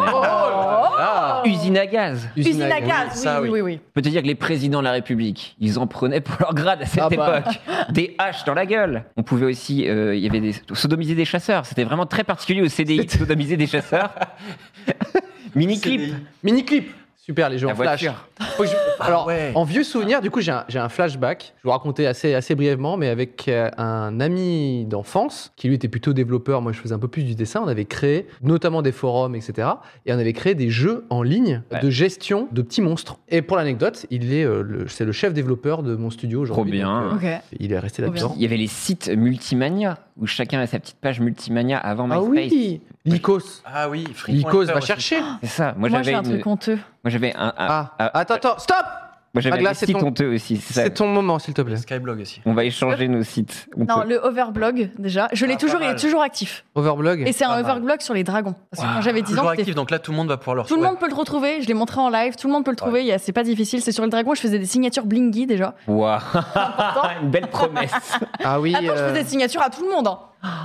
Speaker 1: là.
Speaker 2: Usine à gaz.
Speaker 3: Usine à
Speaker 4: Oui,
Speaker 3: gaz,
Speaker 4: ça,
Speaker 3: oui, oui, oui.
Speaker 2: Je peux te dire que les présidents de la République, ils en prenaient pour leur grade à cette
Speaker 1: Ah bah.
Speaker 2: époque. Des haches dans la gueule. On pouvait aussi, euh, il y avait des sodomiser des chasseurs. C'était vraiment très particulier au CDI, de sodomiser des chasseurs. Mini clip.
Speaker 1: Mini clip. Super, les jeux
Speaker 2: La
Speaker 1: en flash.
Speaker 2: voiture.
Speaker 1: Faut que je-
Speaker 2: Ah
Speaker 1: Alors,
Speaker 4: ouais.
Speaker 1: en vieux souvenir, du coup, j'ai un, j'ai un flashback. Je vous racontais assez, assez brièvement, mais avec euh, un ami d'enfance qui lui était plutôt développeur. Moi, je faisais un peu plus du dessin. On avait créé notamment des forums, etc. Et on avait créé des jeux en ligne
Speaker 2: Ouais.
Speaker 1: de gestion de petits monstres. Et pour l'anecdote, il est, euh, le- c'est le chef développeur de mon studio aujourd'hui.
Speaker 2: Trop bien.
Speaker 1: donc, euh,
Speaker 3: Ok.
Speaker 1: il est resté
Speaker 3: Trop bien.
Speaker 1: là-dedans.
Speaker 2: Il y avait les sites Multimania, où chacun a sa petite page Multimania avant
Speaker 1: Ah
Speaker 2: MySpace.
Speaker 1: oui, Lycos.
Speaker 4: Ah oui, Free
Speaker 1: Lycos
Speaker 4: Point
Speaker 1: va
Speaker 4: Fr
Speaker 1: chercher.
Speaker 2: C'est ça. Moi,
Speaker 3: Moi,
Speaker 2: j'avais
Speaker 3: j'ai un
Speaker 2: une-
Speaker 3: truc honteux.
Speaker 2: moi, j'avais un, un-
Speaker 1: Ah,
Speaker 2: ah,
Speaker 1: attends, attends, stop
Speaker 2: moi, j'avais
Speaker 1: Magla,
Speaker 2: les
Speaker 1: c'est
Speaker 2: sites
Speaker 1: ton-
Speaker 2: honteux aussi. c'est ça.
Speaker 1: C'est ton moment, s'il te plaît.
Speaker 4: aussi. Skyblog aussi.
Speaker 2: On va échanger nos sites. On
Speaker 3: Non,
Speaker 2: peut-
Speaker 3: le overblog, déjà. Je l'ai
Speaker 4: Ah, pas
Speaker 3: toujours, il est
Speaker 4: mal.
Speaker 3: toujours actif.
Speaker 1: Overblog.
Speaker 3: Et c'est un
Speaker 4: Pas mal. Ah,
Speaker 3: overblog sur les dragons. Parce que quand j'avais 10
Speaker 4: Toujours
Speaker 3: ans, c'était
Speaker 4: actif, donc là tout le monde va pouvoir leur
Speaker 3: Tout le monde peut le retrouver, je l'ai montré en live, tout le monde peut le trouver, il y a- c'est pas difficile, c'est sur le dragon, je faisais des signatures blingy déjà.
Speaker 2: Waouh. Une belle promesse.
Speaker 1: Ah oui.
Speaker 3: Attends, je
Speaker 1: euh,
Speaker 3: faisais des signatures à tout le monde. hein.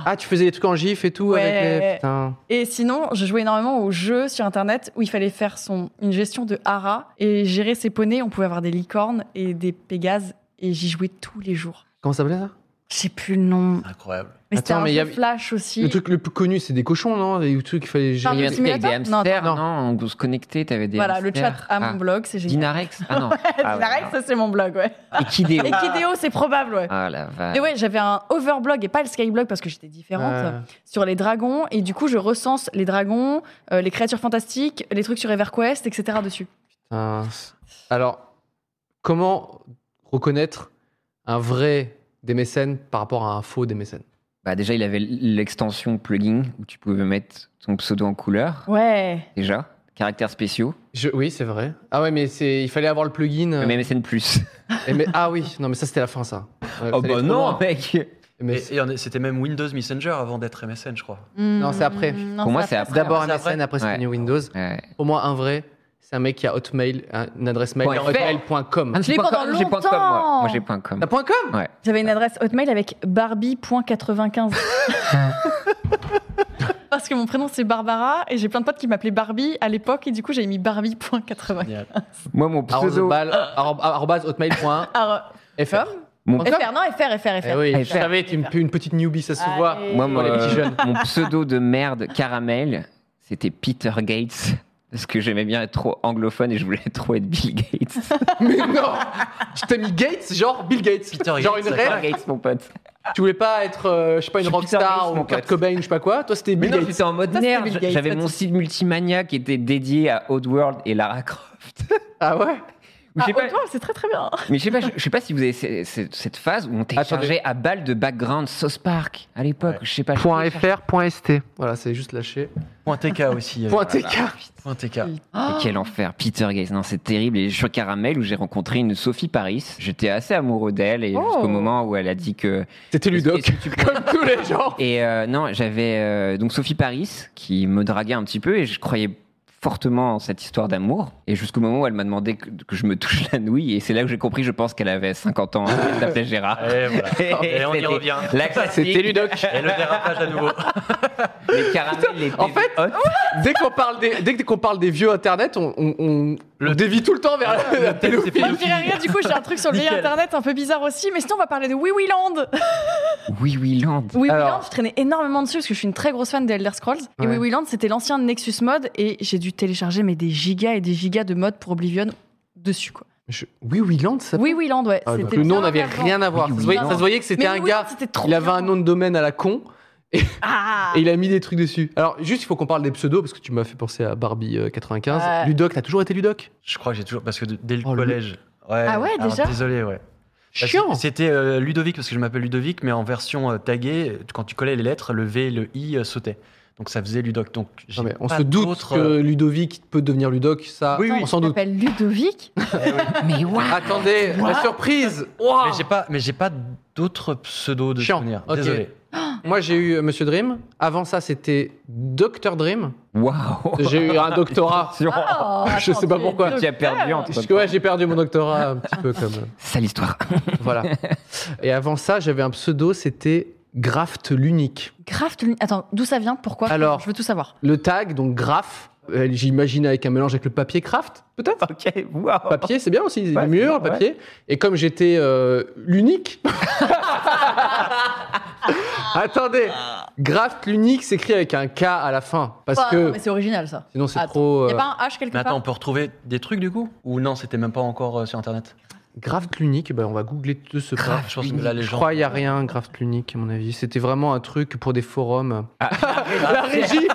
Speaker 1: Ah, tu faisais des trucs en gif et tout
Speaker 3: Ouais.
Speaker 1: avec les. Putain.
Speaker 3: Et sinon, je jouais énormément aux jeux sur internet où il fallait faire son, une gestion de hara et gérer ses poneys, on pouvait avoir des licornes et des pégases et j'y jouais tous les jours.
Speaker 1: Comment ça s'appelait ça
Speaker 3: Je sais plus le nom.
Speaker 4: Incroyable.
Speaker 3: Mais c'était
Speaker 1: Attends,
Speaker 3: un
Speaker 1: mais il y
Speaker 3: jeu
Speaker 1: avait-
Speaker 3: flash aussi.
Speaker 1: Le truc le plus connu, c'est des cochons, non Les trucs qu'il fallait
Speaker 3: Pardon,
Speaker 2: Il
Speaker 1: gérer.
Speaker 2: y avait un truc avec des
Speaker 3: Simulator Non,
Speaker 2: hamsters, non,
Speaker 1: attends.
Speaker 2: On se connectait, t'avais des
Speaker 3: voilà, le
Speaker 2: hamsters.
Speaker 3: chat à mon
Speaker 2: Ah.
Speaker 3: blog, c'est génial.
Speaker 2: Dinarex Ah non. Ah ouais,
Speaker 3: Dinarex, ça c'est mon blog, ouais.
Speaker 2: non. Equideo.
Speaker 3: Et Kideo, c'est probable, ouais.
Speaker 2: Ah la vache.
Speaker 3: Et ouais, j'avais un overblog et pas le skyblog parce que j'étais différente
Speaker 1: Euh,
Speaker 3: sur les dragons et du coup je recense les dragons, euh, les créatures fantastiques, les trucs sur EverQuest, etc. dessus.
Speaker 1: putain. Alors, comment reconnaître un vrai des mécènes par rapport à un faux des mécènes
Speaker 2: Bah déjà, il avait l'extension plugin où tu pouvais mettre ton pseudo en couleur
Speaker 3: Ouais.
Speaker 2: déjà, caractères spéciaux,
Speaker 1: Je- Oui, c'est vrai. Ah ouais, mais c'est il fallait avoir le plugin. euh,
Speaker 2: le MSN plus.
Speaker 1: et mais- Ah oui, non, mais ça c'était la fin, ça. Ouais,
Speaker 2: Oh
Speaker 1: ça allait
Speaker 2: bah
Speaker 1: trop
Speaker 2: non,
Speaker 1: loin.
Speaker 2: mec.
Speaker 1: Mais
Speaker 4: Et, et on est- c'était même Windows Messenger avant d'être MSN, je crois.
Speaker 1: Non, c'est après.
Speaker 3: Mm. Non,
Speaker 2: Pour moi, c'est
Speaker 3: après.
Speaker 2: après.
Speaker 1: D'abord
Speaker 4: C'est après
Speaker 1: MSN, après c'est
Speaker 2: Ouais.
Speaker 1: devenu Windows.
Speaker 2: Ouais.
Speaker 1: Pour moi, un vrai, c'est un mec qui a Hotmail, un- une adresse mail,
Speaker 2: Point
Speaker 1: hotmail.com.
Speaker 2: Ah,
Speaker 3: Je l'ai
Speaker 2: point
Speaker 3: pendant
Speaker 2: com, j'ai point com, moi.
Speaker 3: longtemps.
Speaker 2: Moi, j'ai point com.
Speaker 1: T'as point .com
Speaker 3: J'avais une adresse hotmail avec barbie.95. Parce que mon prénom c'est Barbara et j'ai plein de potes qui m'appelaient Barbie à l'époque et du coup j'ai mis barbie.95.
Speaker 4: Génial.
Speaker 2: Moi, mon
Speaker 1: Ah,
Speaker 2: pseudo.
Speaker 1: arobase- arro- arobase hotmail.fr.
Speaker 3: Alors,
Speaker 2: Mon,
Speaker 1: Encore
Speaker 3: FR, non, FR, FR, FR.
Speaker 1: Eh oui,
Speaker 2: Ah,
Speaker 1: je savais, t'es une, une petite newbie, ça se voit.
Speaker 3: Allez.
Speaker 2: moi,
Speaker 1: Pour les
Speaker 2: mon-
Speaker 1: petits jeunes.
Speaker 2: mon pseudo de merde caramel, c'était Peter Gates. Parce que j'aimais bien être trop anglophone et je voulais trop être Bill Gates.
Speaker 1: Mais non Je t'ai mis Gates, genre Bill Gates.
Speaker 4: Peter
Speaker 1: genre
Speaker 4: Gates,
Speaker 1: une
Speaker 4: d'accord.
Speaker 1: reine.
Speaker 2: Peter Gates, mon pote.
Speaker 1: Tu voulais pas être, euh, je sais pas, une
Speaker 2: Je suis Peter Gates,
Speaker 1: rockstar
Speaker 2: mon
Speaker 1: ou Kurt
Speaker 2: pote.
Speaker 1: Cobain, je sais pas quoi. Toi, c'était
Speaker 2: Mais
Speaker 1: Bill
Speaker 2: non,
Speaker 1: Gates.
Speaker 2: j'étais en mode
Speaker 3: Ça, c'était
Speaker 2: nerd.
Speaker 3: Bill Gates,
Speaker 2: J'avais
Speaker 3: ça,
Speaker 2: mon
Speaker 3: tu-
Speaker 2: site Multimania qui était dédié à Oddworld et Lara Croft.
Speaker 1: Ah ouais
Speaker 2: Ou je sais
Speaker 3: Ah,
Speaker 2: pas-
Speaker 3: Hotmail, c'est très très bien.
Speaker 2: mais je sais pas, je je sais pas si vous avez ce- ce- cette phase où on téléchargeait à balle de background Sauce Park à l'époque.
Speaker 4: Ouais.
Speaker 2: Je sais pas. je
Speaker 1: Point
Speaker 2: téléchargeais-
Speaker 1: .fr, point .st. Voilà, c'est juste lâché.
Speaker 4: Point TK aussi. euh,
Speaker 1: Point .tk.
Speaker 4: Point TK.
Speaker 2: Mais quel
Speaker 1: Oh.
Speaker 2: enfer, Peter Gates. Non, c'est terrible. Et sur Caramel où j'ai rencontré une Sophie Paris. J'étais assez amoureux d'elle et
Speaker 3: Oh.
Speaker 2: jusqu'au moment où elle a dit que.
Speaker 1: C'était Ludoc,
Speaker 2: Est-ce que tu pourrais-
Speaker 1: comme tous les gens.
Speaker 2: Et euh, non, j'avais euh, donc Sophie Paris qui me draguait un petit peu et je croyais fortement en cette histoire d'amour. Et jusqu'au moment où elle m'a demandé que, que je me touche la nouille, et c'est là que j'ai compris, je pense qu'elle avait 50 ans, elle s'appelait Gérard.
Speaker 4: Et voilà. Et on y
Speaker 2: c'était
Speaker 4: revient.
Speaker 2: La
Speaker 1: C'était
Speaker 2: classique,
Speaker 1: Ludoc.
Speaker 4: Et le dérapage à nouveau.
Speaker 2: les caramels, les
Speaker 1: En fait, dès qu'on parle des, dès qu'on parle des vieux internet, on, on, on-
Speaker 4: Le-
Speaker 1: on dévie tout le temps vers
Speaker 2: Ah,
Speaker 1: la, la
Speaker 4: thème, c'est
Speaker 1: pédophilie.
Speaker 3: Moi, je dirais rien, du coup, j'ai un truc sur le vieil
Speaker 4: Nickel.
Speaker 3: internet un peu bizarre aussi, mais sinon, on va parler de Oui Oui Land.
Speaker 2: Oui, oui, Land.
Speaker 3: Oui,
Speaker 1: Alors-
Speaker 3: oui Land, je traînais énormément dessus parce que je suis une très grosse fan des Elder Scrolls. Et
Speaker 1: Ouais.
Speaker 3: Oui, oui Land, c'était l'ancien Nexus Mode et j'ai dû télécharger mais des gigas et des gigas de modes pour Oblivion dessus quoi.
Speaker 1: Je- Oui, oui, Land, ça.
Speaker 3: Oui, oui Land, ouais.
Speaker 1: Ah,
Speaker 3: c'était
Speaker 1: le nom
Speaker 3: bien
Speaker 1: n'avait
Speaker 3: avant.
Speaker 1: rien à voir. ça,
Speaker 2: Oui, oui,
Speaker 1: se voyait,
Speaker 2: Land.
Speaker 1: ça se voyait que
Speaker 3: Mais
Speaker 1: c'était un
Speaker 3: oui,
Speaker 1: gars.
Speaker 3: c'était trop
Speaker 1: Il avait
Speaker 3: bien.
Speaker 1: un nom de domaine à la con.
Speaker 3: Ah
Speaker 1: Et il a mis des trucs dessus. Alors, juste, il faut qu'on parle des pseudos, parce que tu m'as fait penser à Barbie95.
Speaker 3: Ouais.
Speaker 1: Ludoc, t'as toujours été Ludoc
Speaker 4: Je crois que j'ai toujours. Parce que de- dès le
Speaker 1: Oh, le-
Speaker 4: collège.
Speaker 3: Ah ouais,
Speaker 4: alors,
Speaker 3: déjà
Speaker 4: Désolé, ouais. Bah,
Speaker 1: Chiant
Speaker 4: c'est- C'était euh, Ludovic, parce que je m'appelle Ludovic, mais en version euh, taguée, euh, quand tu collais les lettres, le V et le I euh, sautaient. Donc ça faisait Ludoc. Donc, j'ai
Speaker 1: Non, mais on
Speaker 4: pas
Speaker 1: se doute
Speaker 4: d'autres,
Speaker 1: que
Speaker 4: euh,
Speaker 1: Ludovic peut devenir Ludoc, ça,
Speaker 4: Oui, oui.
Speaker 1: on s'en
Speaker 3: Il
Speaker 1: doute. Oh,
Speaker 3: s'appelle Ludovic Oh,
Speaker 2: Mais waouh
Speaker 1: Attendez, la surprise
Speaker 4: Mais j'ai pas, mais j'ai pas d'autres pseudos de
Speaker 1: Chiant.
Speaker 4: souvenirs.
Speaker 1: Ok.
Speaker 4: Désolé.
Speaker 1: Moi, j'ai eu euh, Monsieur Dream. Avant ça, c'était Docteur Dream.
Speaker 2: Waouh
Speaker 1: J'ai eu un doctorat.
Speaker 3: Oh,
Speaker 1: Je sais
Speaker 3: attends,
Speaker 1: pas
Speaker 3: tu es
Speaker 1: pourquoi.
Speaker 2: Tu as perdu
Speaker 3: docteur.
Speaker 2: entre
Speaker 1: Parce que ouais, j'ai perdu mon doctorat un petit peu comme euh,
Speaker 2: Sale histoire.
Speaker 1: voilà. Et avant ça, j'avais un pseudo, c'était Graft l'unique.
Speaker 3: Grave, tu le- attends, d'où ça vient Pourquoi
Speaker 1: Alors.
Speaker 3: Je veux tout savoir.
Speaker 1: Le tag donc Graf, euh, j'imagine avec un mélange avec le papier craft, peut-être.
Speaker 2: ok, waouh
Speaker 1: Papier, c'est bien aussi,
Speaker 2: Ouais,
Speaker 1: le mur,
Speaker 2: c'est bien,
Speaker 1: papier. Et comme j'étais euh, l'unique. Attendez, Graft l'unique s'écrit avec un K à la fin. Parce
Speaker 3: Bah,
Speaker 1: que
Speaker 3: mais c'est original ça.
Speaker 1: sinon, c'est
Speaker 3: Attends, Eh ben
Speaker 1: trop.
Speaker 3: Y
Speaker 1: euh,
Speaker 3: a pas un H quelque
Speaker 4: Mais attends, on
Speaker 3: part
Speaker 4: peut retrouver des trucs du coup Ou non, c'était même pas encore euh, sur internet
Speaker 1: Graft l'unique, ben, on va googler de ce pas.
Speaker 4: Je pense que là, les
Speaker 1: Je
Speaker 4: gens.
Speaker 1: crois qu'il n'y a rien, Graft l'unique, à mon avis. C'était vraiment un truc pour des forums. Ah, la régie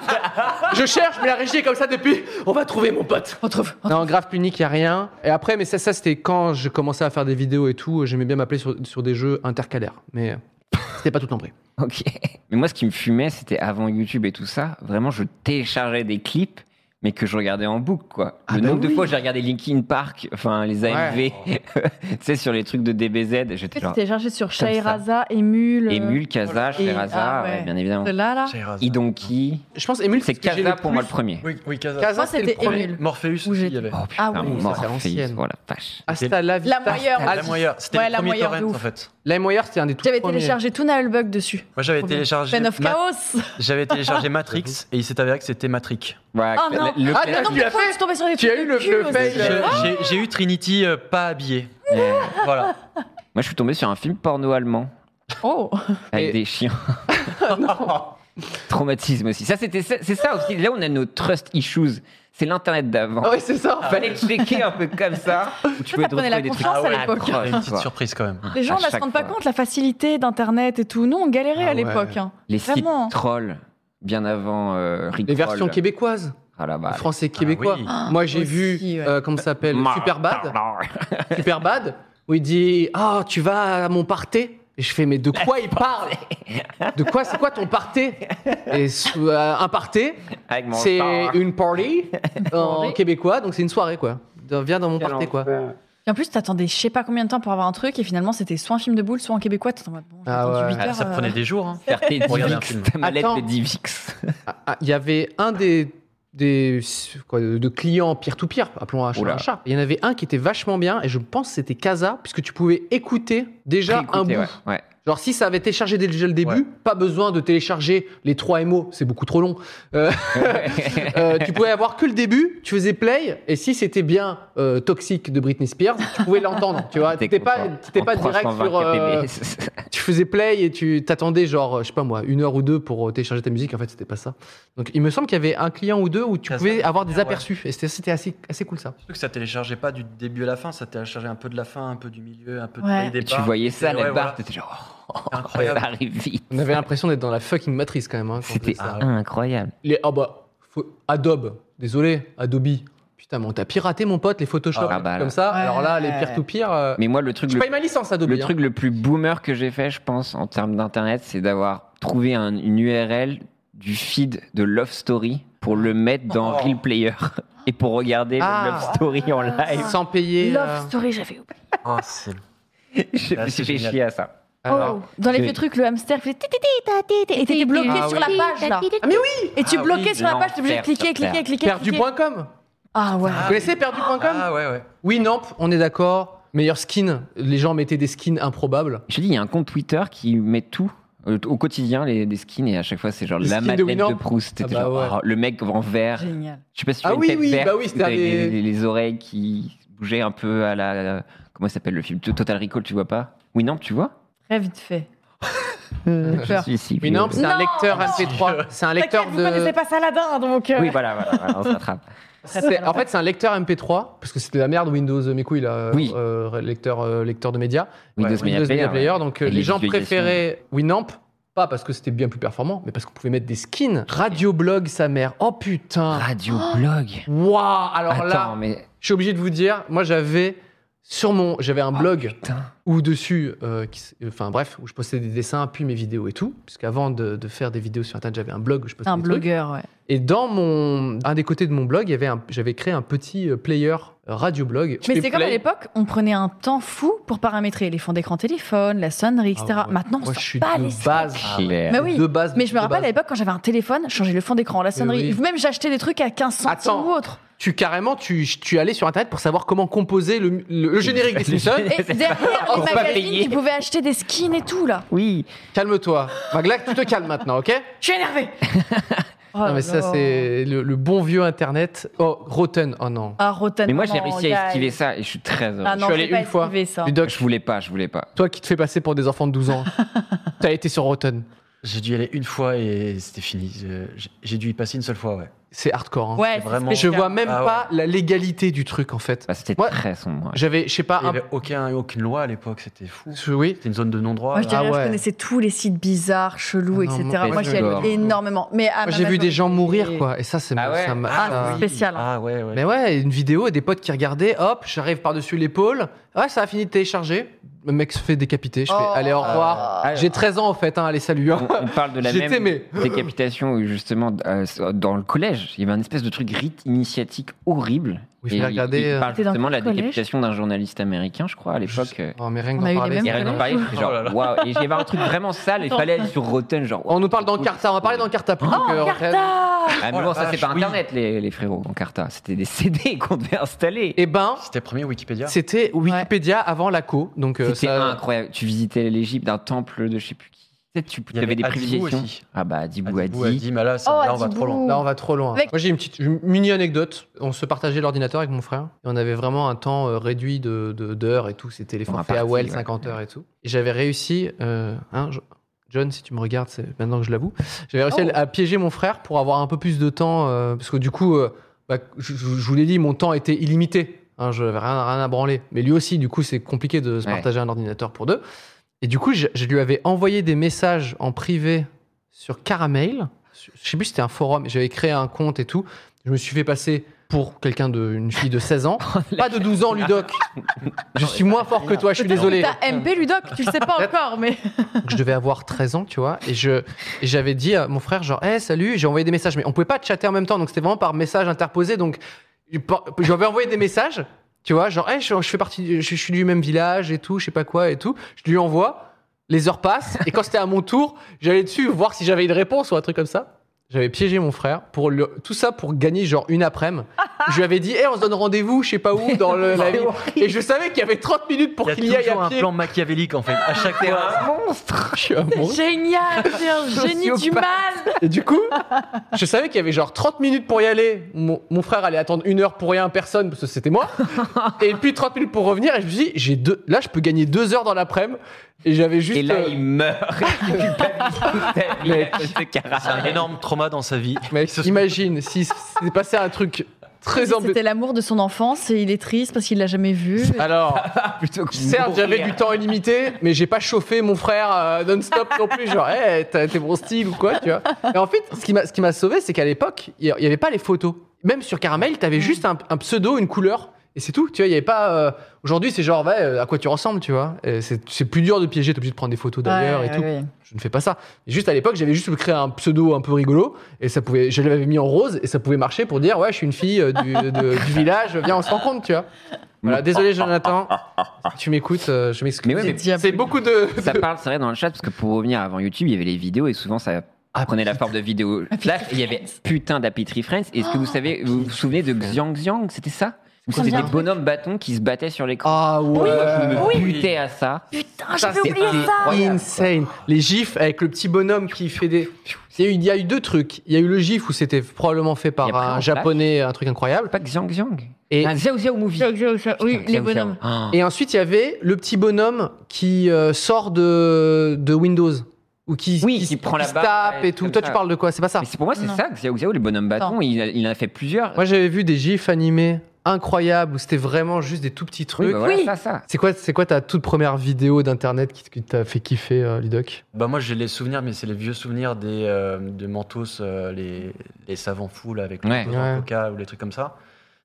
Speaker 1: Je cherche, mais la régie est comme ça depuis. On va trouver mon pote.
Speaker 3: On trouve.
Speaker 1: Non, Graft l'unique, il n'y a rien. Et après, mais ça, ça c'était quand je commençais à faire des vidéos et tout. J'aimais bien m'appeler sur, sur des jeux intercalaires. Mais euh, c'était pas tout le temps pris.
Speaker 2: Ok. Mais moi, ce qui me fumait, c'était avant YouTube et tout ça. Vraiment, je téléchargeais des clips, mais que je regardais en boucle, quoi.
Speaker 1: Ah
Speaker 2: Le
Speaker 1: bah
Speaker 2: nombre de
Speaker 1: oui.
Speaker 2: fois, j'ai regardé Linkin Park, enfin, les AMV, tu sais, sur les trucs de DBZ. J'étais genre,
Speaker 3: T'es chargé sur
Speaker 2: ça.
Speaker 3: Shairaza, Emule.
Speaker 2: Emule, Kaza,
Speaker 3: Et-
Speaker 2: Sherazade,
Speaker 3: ah ouais.
Speaker 2: ouais, bien évidemment.
Speaker 3: De là, là.
Speaker 4: Shahrazad.
Speaker 2: Idonki.
Speaker 1: Je pense, Emule,
Speaker 2: C'est
Speaker 1: ce que j'ai le
Speaker 2: Kaza pour
Speaker 1: plus-
Speaker 2: moi le premier.
Speaker 4: Oui, oui, Kaza.
Speaker 1: Kaza,
Speaker 3: Moi,
Speaker 1: c'était le
Speaker 3: c'était
Speaker 1: premier.
Speaker 3: Emule.
Speaker 4: Morpheus,
Speaker 3: Où
Speaker 4: il y
Speaker 3: j'étais.
Speaker 4: avait.
Speaker 2: Oh
Speaker 3: Ah
Speaker 1: ça,
Speaker 2: putain,
Speaker 3: oui,
Speaker 1: c'est à
Speaker 2: Morpheus,
Speaker 1: l'ancienne.
Speaker 2: voilà, vache.
Speaker 1: Hasta Ah, la vita.
Speaker 3: La moyenne.
Speaker 1: Ah,
Speaker 4: La moyeur, c'était
Speaker 3: Ouais,
Speaker 4: le
Speaker 3: la
Speaker 4: premier
Speaker 3: moyeur de
Speaker 4: torrent
Speaker 3: ouf.
Speaker 4: en fait.
Speaker 1: La moyeur, c'était un des tout
Speaker 3: J'avais
Speaker 1: premiers.
Speaker 3: téléchargé tout Nalebug dessus.
Speaker 4: Moi j'avais
Speaker 3: Trop bien.
Speaker 4: téléchargé,
Speaker 3: Pen of
Speaker 4: Ma-
Speaker 3: Chaos.
Speaker 4: j'avais téléchargé Matrix et il s'est avéré que c'était Matrix.
Speaker 2: Voilà,
Speaker 3: Oh
Speaker 2: le-
Speaker 3: non.
Speaker 2: le-
Speaker 1: Ah,
Speaker 2: le-
Speaker 1: non,
Speaker 3: Non,
Speaker 1: tu l'as
Speaker 3: pourquoi
Speaker 1: fait
Speaker 3: je suis tombée sur des
Speaker 1: Tu
Speaker 3: trucs
Speaker 1: as eu
Speaker 3: de
Speaker 1: le-
Speaker 3: cul
Speaker 1: le
Speaker 3: aussi
Speaker 1: fail.
Speaker 4: Je- j'ai- J'ai eu Trinity euh, pas habillée.
Speaker 2: Euh,
Speaker 4: Voilà.
Speaker 2: Moi, je suis tombé sur un film porno allemand
Speaker 3: Oh
Speaker 2: avec
Speaker 1: Et-
Speaker 2: des chiens. Traumatisme aussi. Ça, c'était ça- c'est ça aussi. Là, on a nos trust issues. C'est l'internet d'avant.
Speaker 1: Ah ouais, c'est ça. en fait.
Speaker 2: Fallait checker un peu comme ça. où Tu
Speaker 3: Ça, ça prenait la confiance à
Speaker 2: Ah ouais,
Speaker 3: l'époque.
Speaker 4: Il y a une petite
Speaker 2: quoi.
Speaker 4: surprise quand même.
Speaker 3: Les gens
Speaker 2: À
Speaker 3: ne se
Speaker 2: chaque
Speaker 3: rendent pas
Speaker 2: fois.
Speaker 3: compte la facilité d'internet et tout. Nous, on galérait
Speaker 1: Ah
Speaker 3: à l'époque.
Speaker 1: ouais.
Speaker 3: hein.
Speaker 2: Les sites
Speaker 3: Vraiment.
Speaker 2: trolls, bien avant euh, Rickroll.
Speaker 1: Les versions québécoises.
Speaker 2: Ah là bas.
Speaker 1: français québécois.
Speaker 4: oui.
Speaker 1: Moi, j'ai
Speaker 3: Ah, Aussi,
Speaker 1: vu,
Speaker 3: ouais.
Speaker 1: euh, comment ça s'appelle Superbad. Superbad, où il dit Ah, tu vas à mon party Et je fais Mais de quoi il parle De quoi C'est quoi ton party Et sou- euh, un party,
Speaker 2: Avec mon hein.
Speaker 1: c'est
Speaker 2: star.
Speaker 1: une party en
Speaker 3: Party.
Speaker 1: québécois, donc c'est une soirée, quoi. De- Viens dans mon party, quoi.
Speaker 3: Et en plus, t'attendais je sais pas combien de temps pour avoir un truc et finalement, c'était soit un film de boule, soit en québécois. T'attends, bon, j'ai
Speaker 1: Ah
Speaker 3: attendu
Speaker 1: ouais.
Speaker 3: huit
Speaker 4: Ah,
Speaker 3: heures,
Speaker 4: ça
Speaker 3: euh,
Speaker 4: prenait des jours. hein.
Speaker 2: Faire tes
Speaker 4: Pour regarder un
Speaker 2: Divix,
Speaker 4: film.
Speaker 2: ta mallette
Speaker 1: Attends.
Speaker 2: de Divix.
Speaker 1: Ah, ah, Il y avait un des, des quoi, de, de clients peer-to-peer, appelons un chat
Speaker 2: Oula.
Speaker 1: un chat. Il y en avait un qui était vachement bien, et je pense que c'était Casa, puisque tu pouvais écouter déjà un bout.
Speaker 2: Écoutez, ouais, ouais.
Speaker 1: Genre, si ça avait téléchargé dès le début,
Speaker 4: Ouais.
Speaker 1: pas besoin de télécharger les trois MO, c'est beaucoup trop long. Euh, euh, tu pouvais avoir que le début, tu faisais play, et si c'était bien euh, toxique de Britney Spears, tu pouvais l'entendre, tu vois. T'étais pas,
Speaker 2: content.
Speaker 1: t'étais
Speaker 2: En
Speaker 1: pas direct
Speaker 2: 320
Speaker 1: sur. euh,
Speaker 2: kbps.
Speaker 1: tu faisais play et tu t'attendais, genre, je sais pas moi, une heure ou deux pour euh, télécharger ta musique, en fait, c'était pas ça. Donc, il me semble qu'il y avait un client ou deux où tu
Speaker 4: Ça,
Speaker 1: pouvais
Speaker 4: ça,
Speaker 1: avoir des
Speaker 4: ouais.
Speaker 1: aperçus, et c'était- c'était assez, assez cool ça.
Speaker 4: Surtout que ça téléchargeait pas du début à la fin, ça téléchargeait un peu de la fin, un peu du milieu, un peu de
Speaker 3: Ouais.
Speaker 4: du
Speaker 2: Et
Speaker 4: départ.
Speaker 2: tu voyais ça
Speaker 4: Et
Speaker 2: là-bas,
Speaker 4: ouais, voilà.
Speaker 2: t'étais genre, oh,
Speaker 4: C'est incroyable.
Speaker 2: ça arrive vite.
Speaker 1: On avait l'impression d'être dans la fucking matrice quand même. hein, quand on
Speaker 2: C'était
Speaker 1: faisait ça.
Speaker 2: incroyable.
Speaker 1: Les, ah bah, faut- Adobe, désolé, Adobe. Putain, mais on t'a piraté, mon pote, les Photoshop
Speaker 2: Ah bah là.
Speaker 1: comme ça.
Speaker 3: Ouais.
Speaker 1: Alors là, les peer-to-peer. euh,
Speaker 2: Mais moi, le truc,
Speaker 1: Je
Speaker 2: le,
Speaker 1: paye ma licence, Adobe.
Speaker 2: le
Speaker 1: hein.
Speaker 2: truc le plus boomer que j'ai fait, je pense, en termes d'internet, c'est d'avoir trouvé un- une URL du feed de Love Story pour le mettre dans
Speaker 4: Oh.
Speaker 2: Real Player et pour regarder
Speaker 1: Ah.
Speaker 2: le Love Story en live.
Speaker 1: Sans payer. euh,
Speaker 3: Love Story, j'avais oublié.
Speaker 4: Ah, c'est-
Speaker 2: Je me
Speaker 4: Ah,
Speaker 2: suis
Speaker 4: c'est
Speaker 2: fait
Speaker 4: génial.
Speaker 2: chier à ça.
Speaker 1: Ah, alors-
Speaker 3: Oh. Dans les
Speaker 1: j'ai-
Speaker 3: vieux trucs, le hamster faisait titi, ta, titi, et t'étais bloqué
Speaker 1: Ah
Speaker 3: sur
Speaker 1: oui.
Speaker 3: la page là.
Speaker 1: Ah, mais oui
Speaker 3: Et tu
Speaker 4: Ah
Speaker 3: bloquais
Speaker 4: oui,
Speaker 3: sur la page, t'es obligé de
Speaker 2: l'enfer,
Speaker 3: cliquer, cliquer,
Speaker 2: l'enfer.
Speaker 3: cliquer. cliquer.
Speaker 1: Perdu.com.
Speaker 3: Ah ouais.
Speaker 1: Vous connaissez Perdu.com
Speaker 4: Ah ouais, ouais.
Speaker 1: Oui, Namp, on est d'accord. Meilleur skin. Les gens mettaient des skins improbables.
Speaker 2: Je te dis, il y a un compte Twitter qui met tout euh, au quotidien les, des skins et à chaque fois c'est genre
Speaker 1: Les
Speaker 2: la
Speaker 1: skins de
Speaker 2: Madeleine de,
Speaker 1: Winamp.
Speaker 2: Proust t'étais
Speaker 1: Ah bah
Speaker 2: genre,
Speaker 1: ouais.
Speaker 2: oh, le mec en vert
Speaker 3: Génial.
Speaker 2: Je sais pas si tu
Speaker 1: Ah
Speaker 2: vois
Speaker 1: oui,
Speaker 2: une tête
Speaker 1: oui,
Speaker 2: verte,
Speaker 1: bah oui, c'était
Speaker 2: t'avais
Speaker 1: un des-
Speaker 2: les, les- les oreilles qui bougeaient un peu à la. Comment ça s'appelle le film Total Recall, tu vois pas Oui, non, tu vois
Speaker 3: Très vite fait.
Speaker 2: Je
Speaker 3: Peur.
Speaker 2: suis ici.
Speaker 1: Oui, Namp, c'est un
Speaker 3: Non
Speaker 1: lecteur MP3. C'est un lecteur
Speaker 3: T'inquiète, vous
Speaker 1: de.
Speaker 3: connaissez pas Saladin, donc. euh,
Speaker 2: Oui, voilà, voilà, voilà, on s'attrape.
Speaker 1: C'est- En fait, c'est un lecteur MP3, parce que c'était la merde Windows, euh, mes couilles, là, euh,
Speaker 2: Oui.
Speaker 1: euh, lecteur, euh, lecteur de médias.
Speaker 2: Windows
Speaker 1: Ouais,
Speaker 2: Media Player. ouais.
Speaker 1: Donc, euh,
Speaker 2: Et
Speaker 1: les
Speaker 2: les
Speaker 1: gens
Speaker 2: visualisations.
Speaker 1: préféraient Winamp Pas parce que c'était bien plus performant, mais parce qu'on pouvait mettre des skins. Radioblog, sa mère. Oh putain.
Speaker 2: Radio blog.
Speaker 1: Waouh. Alors
Speaker 2: Attends,
Speaker 1: là,
Speaker 2: mais
Speaker 1: je suis obligé de vous dire, moi j'avais sur mon, j'avais
Speaker 2: Ah.
Speaker 1: un blog
Speaker 2: putain.
Speaker 1: où dessus, euh, qui s- enfin bref, où je postais des dessins, puis mes vidéos et tout. Puisqu'avant de, de faire des vidéos sur internet, j'avais un blog où je postais
Speaker 3: Un
Speaker 1: des trucs.
Speaker 3: blogueur, ouais.
Speaker 1: Et dans mon, un des côtés de mon blog, il y avait un- j'avais créé un petit euh, player euh, radioblog.
Speaker 3: Mais
Speaker 1: Je
Speaker 3: c'est
Speaker 1: fais
Speaker 3: comme à
Speaker 1: play.
Speaker 3: l'époque, on prenait un temps fou pour paramétrer les fonds d'écran téléphone, la sonnerie, etc.
Speaker 1: Ah ouais.
Speaker 3: Maintenant, on
Speaker 1: Moi,
Speaker 3: s'en
Speaker 1: je suis
Speaker 3: bat
Speaker 1: de
Speaker 3: les steaks.
Speaker 1: base.
Speaker 2: Clair.
Speaker 3: Mais oui,
Speaker 1: De base,
Speaker 3: mais je me
Speaker 1: de
Speaker 3: rappelle
Speaker 1: base. Eh
Speaker 3: à l'époque quand j'avais un téléphone, changer le fond d'écran, la sonnerie.
Speaker 1: oui.
Speaker 3: Même j'achetais des trucs à 15 centimes
Speaker 1: Attends.
Speaker 3: ou autre.
Speaker 1: Tu carrément, tu, tu allais sur internet pour savoir comment composer le, le- le générique des Simpsons.
Speaker 3: Et derrière les
Speaker 2: Faut pas
Speaker 3: magazines,
Speaker 2: payer.
Speaker 3: tu pouvais acheter des skins et tout là.
Speaker 2: Oui.
Speaker 1: Calme-toi. Maglac, tu te calmes maintenant, ok
Speaker 3: Je suis Oh énervé.
Speaker 1: Non, mais ça, c'est le, le bon vieux internet. Oh, Rotten, oh non.
Speaker 3: Ah, Rotten.
Speaker 2: Mais moi, j'ai
Speaker 3: non,
Speaker 2: réussi
Speaker 3: gars.
Speaker 2: à esquiver ça et je suis très heureux.
Speaker 3: Ah non,
Speaker 1: Je suis allé
Speaker 3: je vais pas
Speaker 1: une fois.
Speaker 3: esquiver ça.
Speaker 1: Ludoc,
Speaker 2: Je voulais pas, je voulais pas.
Speaker 1: toi qui te fais passer pour des enfants de 12 ans, t'as été sur Rotten.
Speaker 4: J'ai dû y aller une fois et c'était fini. Je- j'ai- J'ai dû y passer une seule fois, ouais.
Speaker 1: C'est hardcore. hein.
Speaker 3: Ouais, c'est
Speaker 4: vraiment-
Speaker 1: Je
Speaker 3: spécial.
Speaker 1: vois même
Speaker 4: Ah ouais.
Speaker 1: pas la légalité du truc, en fait.
Speaker 2: Bah, C'était
Speaker 1: Moi-
Speaker 2: très sombre.
Speaker 1: J'avais, je sais pas,
Speaker 4: Il n'y
Speaker 1: un...
Speaker 4: avait aucun, aucune loi à l'époque, c'était fou.
Speaker 1: je- oui.
Speaker 4: C'était une zone de non-droit.
Speaker 3: Moi, je,
Speaker 4: là.
Speaker 1: Ah
Speaker 3: dirais, je
Speaker 1: ouais.
Speaker 3: connaissais tous les sites bizarres, chelous,
Speaker 1: Ah non,
Speaker 3: etc.
Speaker 1: moi,
Speaker 3: Moi,
Speaker 2: je
Speaker 3: j'y
Speaker 2: dors.
Speaker 3: allais énormément. Mais à
Speaker 1: Moi,
Speaker 3: Ah, ma
Speaker 1: j'ai vu des gens
Speaker 3: majorité-
Speaker 1: mourir, quoi. Et ça, c'est
Speaker 2: Ah ouais.
Speaker 1: ça m'a-
Speaker 3: Ah,
Speaker 1: ça-
Speaker 3: c'est spécial.
Speaker 4: Ah ouais, ouais.
Speaker 1: Mais ouais, une vidéo et des potes qui regardaient, hop, j'arrive par-dessus l'épaule, ouais, ça a fini de télécharger. Le mec se fait décapiter, je fais,
Speaker 3: Oh.
Speaker 1: allez, au revoir.
Speaker 2: Ah,
Speaker 1: J'ai 13 ans en fait, hein, allez, salut. hein.
Speaker 2: on, on parle de la
Speaker 1: J'ai
Speaker 2: même
Speaker 1: t'aimé.
Speaker 2: décapitation où justement euh, dans le collège, il y avait un espèce de truc rite initiatique horrible.
Speaker 1: Oui,
Speaker 2: Et
Speaker 1: fallait
Speaker 2: il-
Speaker 1: regarder,
Speaker 2: Il,
Speaker 1: euh,
Speaker 2: parle
Speaker 3: T'es dans
Speaker 2: justement de la
Speaker 3: quel collège
Speaker 2: décapitation d'un journaliste américain, je crois, à l'époque. euh,
Speaker 1: Oh, mais rien que
Speaker 3: On
Speaker 1: d'en
Speaker 3: a eu
Speaker 1: parler,
Speaker 3: les
Speaker 2: Et
Speaker 3: mêmes
Speaker 1: ça-
Speaker 2: rien
Speaker 3: Collège
Speaker 2: d'en parler, c'est genre
Speaker 4: Oh là là.
Speaker 2: waouh. Et il y avait un truc vraiment sale, il fallait aller sur Rotten, genre.
Speaker 1: On nous parle dans Carta, on va parler dans Carta après. donc, euh,
Speaker 3: Oh,
Speaker 1: Rotten.
Speaker 3: Carta
Speaker 2: Ah, mais
Speaker 4: Oh
Speaker 2: bon,
Speaker 4: la
Speaker 2: ça c'est
Speaker 4: vache,
Speaker 2: pas
Speaker 4: oui.
Speaker 2: internet, les, les frérots, en Carta. C'était des CD qu'on devait installer.
Speaker 1: Eh ben,
Speaker 4: C'était premier Wikipédia.
Speaker 1: c'était Wikipédia avant la co, donc euh,
Speaker 2: C'était
Speaker 1: ça-
Speaker 2: incroyable. Tu visitais l'Égypte d'un temple de je sais plus qui. Tu sais, Tu
Speaker 4: Il y
Speaker 2: avais
Speaker 4: avait
Speaker 2: des
Speaker 4: Adibou
Speaker 2: privilégiés.
Speaker 4: aussi.
Speaker 2: Ah bah, Adibou
Speaker 4: Adibou
Speaker 2: Adi.
Speaker 4: a dit, mais là, ça-
Speaker 3: Oh,
Speaker 4: là, on va
Speaker 3: Adibou.
Speaker 4: trop loin.
Speaker 1: Là, on va trop loin.
Speaker 3: Avec-
Speaker 1: Moi, j'ai une petite une mini anecdote. On se partageait l'ordinateur avec mon frère. Et on avait vraiment un temps euh, réduit de de- d'heures et tout. C'était les
Speaker 2: Pour un
Speaker 1: forfaits
Speaker 2: parti,
Speaker 1: AOL,
Speaker 2: ouais.
Speaker 1: 50 heures et tout. Et j'avais réussi. euh, hein, Jo- John, si tu me regardes, c'est maintenant que je l'avoue. J'avais
Speaker 3: Oh.
Speaker 1: réussi à, à piéger mon frère pour avoir un peu plus de temps. euh, parce que du coup, euh, bah, je, je- je vous l'ai dit, mon temps était illimité. Hein, je n'avais rien, rien à branler. Mais lui aussi, du coup, c'est compliqué de se
Speaker 2: Ouais.
Speaker 1: partager un ordinateur pour deux. Et du coup, je, je lui avais envoyé des messages en privé sur Caramel. Sur- Je sais plus, c'était un forum. J'avais créé un compte et tout. Je me suis fait passer pour quelqu'un de une fille de 16 ans,
Speaker 3: Oh,
Speaker 1: pas de 12 ans, Ludoc. Je suis moins fort que toi, je suis
Speaker 3: Peut-être
Speaker 1: désolé.
Speaker 3: que T'as MP Ludoc, tu le sais pas encore, mais.
Speaker 1: Donc, je devais avoir 13 ans, tu vois, et je et j'avais dit à mon frère genre "Eh salut", j'ai envoyé des messages mais on pouvait pas chatter en même temps donc c'était vraiment par message interposé donc il par- j'avais envoyé des messages, tu vois, genre "Eh je, je fais partie du- je, je suis du même village et tout, je sais pas quoi et tout." Je lui envoie, les heures passent et quand c'était à mon tour, j'allais dessus voir si j'avais une réponse ou un truc comme ça. J'avais piégé mon frère pour le, tout ça pour gagner genre une après-midi. Je lui avais dit "Eh on se donne rendez-vous, je sais pas où dans le, la ville." Et je savais qu'il y avait 30 minutes pour qu'il
Speaker 4: Il
Speaker 1: y
Speaker 4: y a
Speaker 1: aille
Speaker 4: toujours
Speaker 1: à
Speaker 4: un
Speaker 1: pied.
Speaker 4: plan machiavélique, en fait. À chaque fois,
Speaker 1: Je suis un monstre.
Speaker 3: Génial, t'es un génie du
Speaker 1: Sociopathe.
Speaker 3: mal
Speaker 1: Et du coup, je savais qu'il y avait genre 30 minutes pour y aller. Mon, mon frère allait attendre une heure pour rien, personne, parce que c'était moi. Et puis 30 minutes pour revenir. Et je me suis dit, j'ai deux, là, je peux gagner deux heures dans l'après-midi. Et j'avais juste.
Speaker 2: Et là,
Speaker 1: euh,
Speaker 2: il meurt. Il culpabilise toute sa vie à cause de
Speaker 4: c'est un
Speaker 2: Caramel.
Speaker 4: énorme trauma dans sa vie.
Speaker 1: mec, imagine si c'était passé un truc très embêtant.
Speaker 3: C'était l'amour de son enfance et il est triste parce qu'il l'a jamais vu.
Speaker 1: Alors,
Speaker 2: Plutôt que
Speaker 1: certes, j'avais
Speaker 2: mourir.
Speaker 1: du temps illimité, mais j'ai pas chauffé mon frère euh, non-stop non plus. Genre, hey, t'as- t'es bon style ou quoi, tu vois. Et en fait, ce qui m'a ce qui m'a sauvé, c'est qu'à l'époque, il y avait pas les photos. Même sur Caramel, t'avais juste un, un pseudo, une couleur. Et c'est tout, tu vois, il y avait pas. euh, Aujourd'hui, c'est genre, ouais, euh, à quoi tu ressembles, tu vois. Et C'est c'est plus dur de piéger, t'es obligé de prendre des photos d'ailleurs et tout. Je ne fais pas ça. Et juste à l'époque, j'avais juste créé un pseudo un peu rigolo et ça pouvait, je l'avais mis en rose et ça pouvait marcher pour dire, ouais, je suis une fille euh, du, de- du village, viens, on se rencontre, tu vois. Voilà, désolé, Jonathan. Si tu m'écoutes, euh, je m'excuse.
Speaker 2: Mais ouais, mais
Speaker 1: C'est beaucoup de.
Speaker 2: ça parle, c'est vrai, dans le chat, parce que pour revenir avant YouTube, il y avait les vidéos et souvent ça prenait la forme de vidéos flash. et Il y avait putain d'Happy Tree Friends. Est-ce que vous savez, vous vous souvenez de Xiang Xiang C'était ça
Speaker 3: Ça me
Speaker 2: C'était
Speaker 3: dit un
Speaker 2: des
Speaker 3: truc.
Speaker 2: bonhommes bâtons qui se battaient sur l'écran.
Speaker 1: Ah ouais.
Speaker 2: Je me butais à ça.
Speaker 3: Putain,
Speaker 1: Ça,
Speaker 3: j'avais
Speaker 1: c'est
Speaker 3: oublié ça
Speaker 1: Insane. Les gifs avec le petit bonhomme qui fait des. Il y a eu, il y a eu deux trucs. Il y a eu le gif où c'était probablement fait
Speaker 2: Il y
Speaker 1: par
Speaker 2: a pris en
Speaker 1: un
Speaker 2: flash.
Speaker 1: japonais, un truc incroyable.
Speaker 2: Pas Xiang Xiang.
Speaker 1: Et,
Speaker 2: Un Xiao Xiao Movie.
Speaker 3: Oui,
Speaker 2: Putain,
Speaker 3: les
Speaker 2: Xiao Xiao.
Speaker 3: bonhommes.
Speaker 2: Ah.
Speaker 1: et ensuite, il y avait le petit bonhomme qui euh, sort de, de Windows. Ou qui,
Speaker 2: Oui, qui prend la
Speaker 1: se
Speaker 2: barre,
Speaker 1: tape
Speaker 2: ouais,
Speaker 1: et tout.
Speaker 2: comme
Speaker 1: Toi,
Speaker 2: ça.
Speaker 1: tu parles de quoi C'est pas ça
Speaker 2: Mais c'est- pour moi, c'est
Speaker 3: Non.
Speaker 2: ça, Xiao Xiao, les bonhommes bâtons.
Speaker 3: Attends.
Speaker 2: Il, a- il en a fait plusieurs.
Speaker 1: Moi, j'avais vu des gifs animés incroyable où c'était vraiment juste des tout petits trucs.
Speaker 2: Oui, bah voilà,
Speaker 3: Oui.
Speaker 2: ça, ça.
Speaker 1: C'est quoi, c'est quoi ta toute première vidéo d'internet qui, t- qui t'a fait kiffer, euh, Lidoc
Speaker 4: Bah moi j'ai les souvenirs, mais c'est les vieux souvenirs des, euh, de Mentos, euh, les, les savants fous là, avec le
Speaker 2: Ouais.
Speaker 4: Mentos en
Speaker 1: Ouais.
Speaker 4: coca ou les trucs comme ça.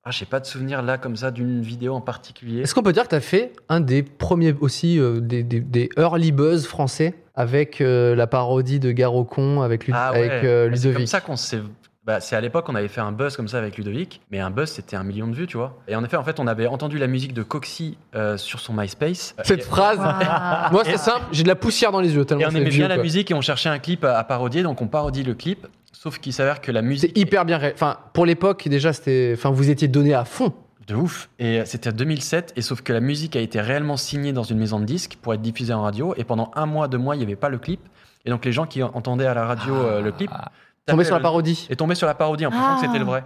Speaker 4: Ah, j'ai pas de souvenir là comme ça d'une vidéo en particulier.
Speaker 1: Est-ce qu'on peut dire que t'as fait un des premiers aussi euh, des, des- des early buzz français avec euh, la parodie de Garocon avec, Lud-
Speaker 4: Ah
Speaker 1: avec euh,
Speaker 4: mais C'est comme
Speaker 1: Ludovic
Speaker 4: ça qu'on s'est. Bah, c'est à l'époque on avait fait un buzz comme ça avec Ludovic, mais un buzz c'était un million de vues, tu vois. Et en effet, en fait, on avait entendu la musique de Coxy euh, sur son MySpace.
Speaker 1: Cette
Speaker 4: Et-
Speaker 1: phrase.
Speaker 3: Waouh.
Speaker 1: Moi, c'est simple, j'ai de la poussière dans les yeux tellement
Speaker 4: Et on
Speaker 1: c'est
Speaker 4: aimait
Speaker 1: vieux,
Speaker 4: bien la
Speaker 1: quoi.
Speaker 4: musique et on cherchait un clip à, à parodier, donc on parodie le clip. Sauf qu'il s'avère que la musique
Speaker 1: C'est hyper bien. ré- Enfin, pour l'époque, déjà, c'était. Enfin, vous étiez donné à fond.
Speaker 4: de ouf. Et euh, c'était en 2007, et sauf que la musique a été réellement signée dans une maison de disques pour être diffusée en radio. Et pendant un mois, deux mois, il n'y avait pas le clip. Et donc les gens qui entendaient à la radio euh, le clip
Speaker 2: Ah.
Speaker 1: Tombé sur la
Speaker 4: tapaient
Speaker 1: parodie.
Speaker 4: le- Et tombaient sur la parodie en pensant
Speaker 3: Ah.
Speaker 4: que c'était le vrai.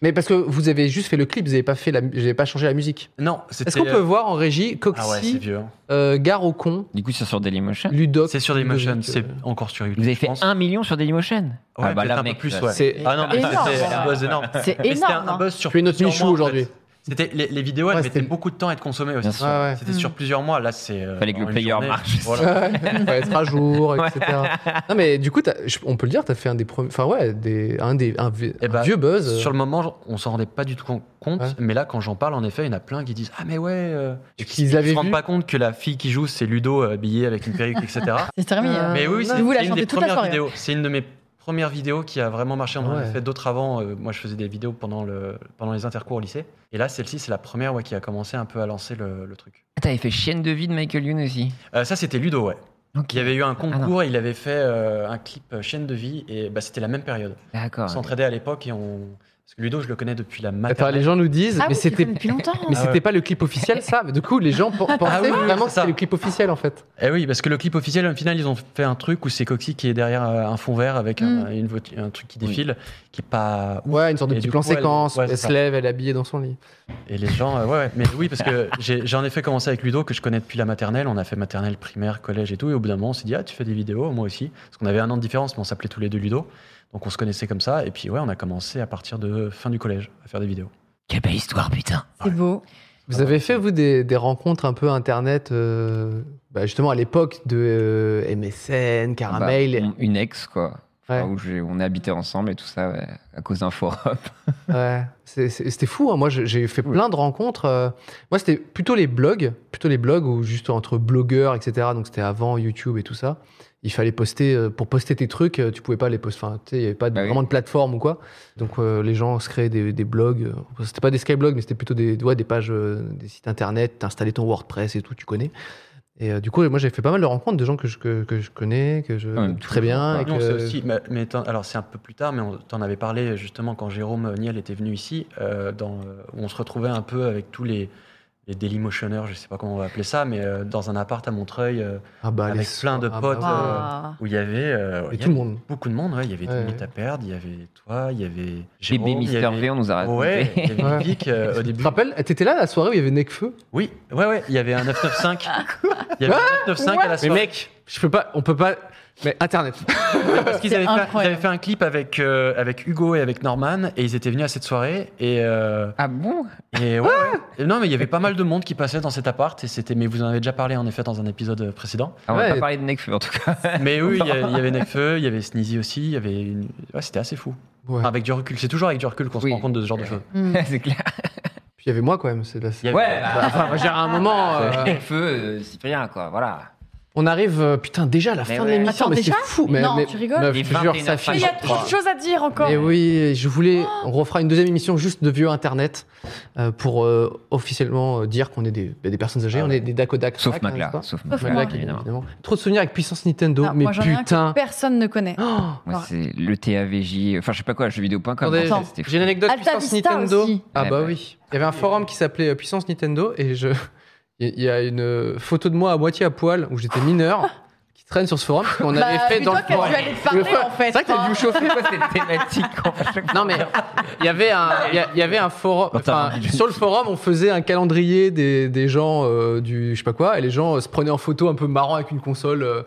Speaker 1: Mais parce que vous avez juste fait le clip, vous n'avez pas fait la, vous avez pas changé la musique.
Speaker 4: Non, c'était. euh,
Speaker 1: Est-ce qu'on peut voir en régie
Speaker 4: Ah ouais, c'est
Speaker 1: Coxy,
Speaker 4: vieux. hein.
Speaker 1: euh, Garocon,
Speaker 2: Du coup, ça sur Dailymotion.
Speaker 1: Ludoc
Speaker 4: C'est sur Dailymotion,
Speaker 1: Ludovic,
Speaker 4: c'est
Speaker 1: euh,
Speaker 4: encore sur YouTube.
Speaker 2: Vous avez
Speaker 4: je
Speaker 2: fait
Speaker 1: Ah
Speaker 4: pense.
Speaker 2: un million sur Dailymotion
Speaker 4: Ouais,
Speaker 1: bah
Speaker 4: peut-être un peu plus, ouais.
Speaker 1: C'est
Speaker 4: Ah non, mais
Speaker 3: Énorme.
Speaker 4: c'était un buzz énorme.
Speaker 3: C'est
Speaker 4: Mais c'était
Speaker 3: énorme.
Speaker 4: un
Speaker 3: hein.
Speaker 4: buz sur
Speaker 1: Tu es notre
Speaker 4: plusieurs
Speaker 1: Michou
Speaker 4: mois, en
Speaker 1: aujourd'hui.
Speaker 4: fait. C'était les, les vidéos, elles
Speaker 1: Ouais,
Speaker 4: mettaient
Speaker 1: c'était-
Speaker 4: beaucoup de temps à être consommées
Speaker 2: Bien
Speaker 4: aussi.
Speaker 2: sûr.
Speaker 1: Ouais, Mm. ouais.
Speaker 4: C'était sur plusieurs mois. Là, c'est. euh,
Speaker 2: Fallait que le
Speaker 4: en une
Speaker 2: player
Speaker 4: journée.
Speaker 2: marche.
Speaker 4: Voilà.
Speaker 1: Ouais, faut être à jour, etc. Non, mais du coup, t'as- je- on peut le dire, t'as fait un des premiers. Enfin, ouais, des, un des. Un, vi-
Speaker 4: Eh
Speaker 1: un
Speaker 4: ben,
Speaker 1: vieux buzz.
Speaker 4: Sur le moment, on s'en rendait pas du tout con- compte,
Speaker 1: Euh. Ouais.
Speaker 4: mais là, quand j'en parle, en effet, il y en a plein qui disent Ah, mais ouais. euh,
Speaker 1: Et
Speaker 4: et
Speaker 1: qu'ils
Speaker 4: se-
Speaker 1: l'avaient
Speaker 4: se rendent
Speaker 1: vu.
Speaker 4: pas compte que la fille qui joue, c'est Ludo euh, habillé avec une perruque, etc.
Speaker 3: C'est terminé. hein.
Speaker 1: Ah.
Speaker 4: mais oui, oui,
Speaker 3: Vous
Speaker 4: c'est
Speaker 3: la
Speaker 4: c'est une
Speaker 3: chantez
Speaker 4: des
Speaker 3: toute la
Speaker 4: premières
Speaker 3: soirée.
Speaker 4: vidéos. C'est une de mes premières vidéos qui a vraiment marché. On en a
Speaker 1: Ouais.
Speaker 4: fait d'autres avant. euh, moi, je faisais des vidéos pendant, le, pendant les intercours au lycée. Et là, celle-ci, c'est la première ouais, qui a commencé un peu à lancer le, le truc.
Speaker 2: Ah, T'avais fait Chienne de vie de Michael Youn aussi.
Speaker 4: Euh, ça, c'était Ludo, ouais.
Speaker 2: Ok.
Speaker 4: Il y avait eu un concours, il avait fait euh, un clip euh, chaîne de vie, et bah, c'était la même période. On
Speaker 2: D'accord.
Speaker 4: s'entraidait à l'époque et on. Parce que Ludo, je le connais depuis la
Speaker 1: Attends,
Speaker 4: maternelle.
Speaker 1: les gens nous disent,
Speaker 3: Ah
Speaker 1: mais
Speaker 3: oui, tu
Speaker 1: c'était.
Speaker 3: fais depuis longtemps.
Speaker 1: Mais
Speaker 4: Ah
Speaker 1: c'était
Speaker 4: ouais. Ah
Speaker 1: pas le clip officiel, ça. Mais du coup, les gens pen- pensaient
Speaker 4: oui, oui,
Speaker 1: vraiment
Speaker 4: c'est
Speaker 1: que c'était
Speaker 4: ça.
Speaker 1: le clip officiel, en fait.
Speaker 4: Eh oui, parce que le clip officiel, au final, ils ont fait un truc où c'est Coxy qui est derrière euh, un fond vert avec un, une voiture- un truc qui
Speaker 2: Oui.
Speaker 4: défile, qui est pas ouf.
Speaker 1: Ouais, une sorte de
Speaker 4: Et
Speaker 1: petit
Speaker 4: du
Speaker 1: plan
Speaker 4: coup, elle-
Speaker 1: séquence.
Speaker 4: ouais,
Speaker 1: elle
Speaker 4: c'est
Speaker 1: se
Speaker 4: ça.
Speaker 1: lève, elle est habillée dans son lit.
Speaker 4: Et les gens, euh, ouais, ouais, mais oui, parce que j'ai j'ai en effet commencé avec Ludo, que je connais depuis la maternelle. On a fait maternelle, primaire, collège et tout. Et au bout d'un moment, on s'est dit, ah, tu fais des vidéos, moi aussi. Parce qu'on avait un an de différence, mais on s'appelait tous les deux Ludo. Donc on se connaissait comme ça. Et puis, ouais, on a commencé à partir de fin du collège à faire des vidéos.
Speaker 2: Quelle belle histoire, putain.
Speaker 3: C'est beau.
Speaker 4: Ah,
Speaker 1: Vous avez fait, vous, des, des rencontres un peu internet, euh, bah, justement à l'époque de euh, MSN,
Speaker 4: Ah
Speaker 1: Caramel.
Speaker 2: Bah, on- une ex, quoi.
Speaker 1: Ouais.
Speaker 2: Enfin, où j'ai- on habitait ensemble et tout ça ouais, à cause d'un forum.
Speaker 1: Ouais. C'est- c'est- C'était fou. hein. Moi, je- j'ai fait plein de rencontres. euh, moi, c'était plutôt les blogs, plutôt les blogs ou juste entre blogueurs, etc. Donc, c'était avant YouTube et tout ça. Il fallait poster euh, pour poster tes trucs. euh, Tu pouvais pas les poster. Enfin, tu sais, il n'y avait pas de-
Speaker 2: Bah oui.
Speaker 1: vraiment de plateforme ou quoi. Donc, euh, les gens se créaient des, des blogs. euh, C'était pas des skyblogs, mais c'était plutôt des, ouais, des pages, euh, des sites internet. T'installais ton WordPress et tout. Tu connais. Et euh, du coup, moi, j'ai fait pas mal de rencontres de gens que je, que, que je connais, que je
Speaker 2: Ah, mais
Speaker 1: très bien.
Speaker 2: toujours,
Speaker 1: et
Speaker 4: Nous, on
Speaker 1: que-
Speaker 4: sait Bah, aussi, mais, mais t'en- alors c'est un peu plus tard, mais on t'en avait parlé justement quand Jérôme Niel était venu ici, euh, dans, euh, où on se retrouvait un peu avec tous les, les Dailymotioners, je sais pas comment on va appeler ça, mais euh, dans un appart à Montreuil, euh,
Speaker 1: Ah bah,
Speaker 4: avec
Speaker 1: les-
Speaker 4: plein de
Speaker 1: ah bah,
Speaker 4: potes,
Speaker 1: ouais.
Speaker 4: euh,
Speaker 3: Waouh.
Speaker 4: où il y avait, euh,
Speaker 1: Et
Speaker 4: il y
Speaker 1: tout le
Speaker 4: avait
Speaker 1: monde.
Speaker 4: beaucoup de monde, ouais, il y avait
Speaker 1: Ouais.
Speaker 4: Minute à perdre, il y avait toi, il y avait Jérôme,
Speaker 2: Bébé
Speaker 4: il y
Speaker 2: Mister
Speaker 4: avait-
Speaker 2: V, on nous a raconté.
Speaker 4: Ouais, il y avait
Speaker 1: Ouais.
Speaker 4: Vic, euh, au
Speaker 1: Tu
Speaker 4: début.
Speaker 1: te rappelles T'étais là à la soirée où il y avait Necfeu
Speaker 4: Oui, ouais, ouais, il y avait un 995. Il y avait un 995 à la soirée.
Speaker 1: mec, je peux pas, on peut pas. Mais Internet.
Speaker 4: Parce qu'ils
Speaker 3: C'est
Speaker 4: avaient, fait- ils
Speaker 3: incroyable.
Speaker 4: avaient fait un clip avec, euh, avec Hugo et avec Norman et ils étaient venus à cette soirée et, euh,
Speaker 2: Ah bon
Speaker 4: et ouais, ouais. Et non mais il y avait pas mal de monde qui passait dans cet appart et c'était mais vous en avez déjà parlé en effet dans un épisode euh, précédent
Speaker 2: Ah, On va
Speaker 1: Ouais.
Speaker 2: pas parler de Nekfeu en tout cas.
Speaker 4: mais oui il y avait, il y avait Necfeu il y avait Sneezy aussi il y avait une- ouais, c'était assez fou
Speaker 1: Ouais.
Speaker 4: Enfin, avec du recul c'est toujours avec du recul qu'on
Speaker 2: Oui.
Speaker 4: se rend compte de ce genre de choses
Speaker 3: Hmm.
Speaker 2: c'est clair.
Speaker 1: Puis il y avait moi quand même. C'est de la...
Speaker 4: Il y avait-
Speaker 2: Ouais, bah,
Speaker 1: Enfin, moi, j'ai à un moment. euh,
Speaker 2: Nekfeu, euh, Cyprien, quoi, voilà.
Speaker 1: on arrive, euh, putain, déjà à la
Speaker 2: Mais
Speaker 1: fin
Speaker 2: ouais.
Speaker 1: de l'émission.
Speaker 3: Attends,
Speaker 1: Mais c'est
Speaker 3: déjà
Speaker 1: fou. Mais,
Speaker 3: Non,
Speaker 1: mais-
Speaker 3: tu rigoles.
Speaker 1: meuf,
Speaker 2: Il est
Speaker 1: je te jure, ça
Speaker 2: 21h50.
Speaker 1: file.
Speaker 3: Mais il y a trop de choses à dire encore.
Speaker 1: Mais oui, je voulais.
Speaker 3: Oh.
Speaker 1: On refera une deuxième émission juste de vieux Internet euh, pour euh, officiellement euh, dire qu'on est des, des personnes âgées,
Speaker 4: Ah
Speaker 1: on est des hein, dacodacs.
Speaker 2: Sauf Macla, sauf
Speaker 3: Sauf
Speaker 2: Macla,
Speaker 3: moi.
Speaker 2: évidemment.
Speaker 1: Trop de souvenirs avec puissance Nintendo,
Speaker 3: Ah,
Speaker 1: mais
Speaker 3: moi, j'en ai un que
Speaker 1: putain. Oh
Speaker 3: Personne ne connaît.
Speaker 2: Moi, c'est le TAVJ, enfin, je sais pas quoi, jeuxvideo.com.
Speaker 1: Attendez,
Speaker 2: hein, ça,
Speaker 3: Attends.
Speaker 2: c'était fou.
Speaker 1: J'ai une anecdote
Speaker 3: Alta
Speaker 1: Puissance
Speaker 3: Vista
Speaker 1: Nintendo.
Speaker 3: aussi.
Speaker 1: Ah
Speaker 2: Ouais,
Speaker 1: bah
Speaker 2: bah.
Speaker 1: oui. Il y avait un forum qui s'appelait euh, Puissance Nintendo et je il y a une euh, photo de moi à moitié à poil où j'étais mineur qui traîne sur ce forum qu'on
Speaker 3: Bah,
Speaker 1: avait fait dans le
Speaker 3: Ludoc a dû
Speaker 1: forum.
Speaker 3: aller te parler, en fait,
Speaker 1: C'est vrai que t'as
Speaker 3: hein.
Speaker 1: dû chauffer.
Speaker 2: Pourquoi cette thématique en fait
Speaker 1: Non mais il y avait un il y a- il y, avait un forum enfin, sur le forum on faisait un calendrier des, des gens euh, du je sais pas quoi et les gens euh, se prenaient en photo un peu marrant avec une console euh,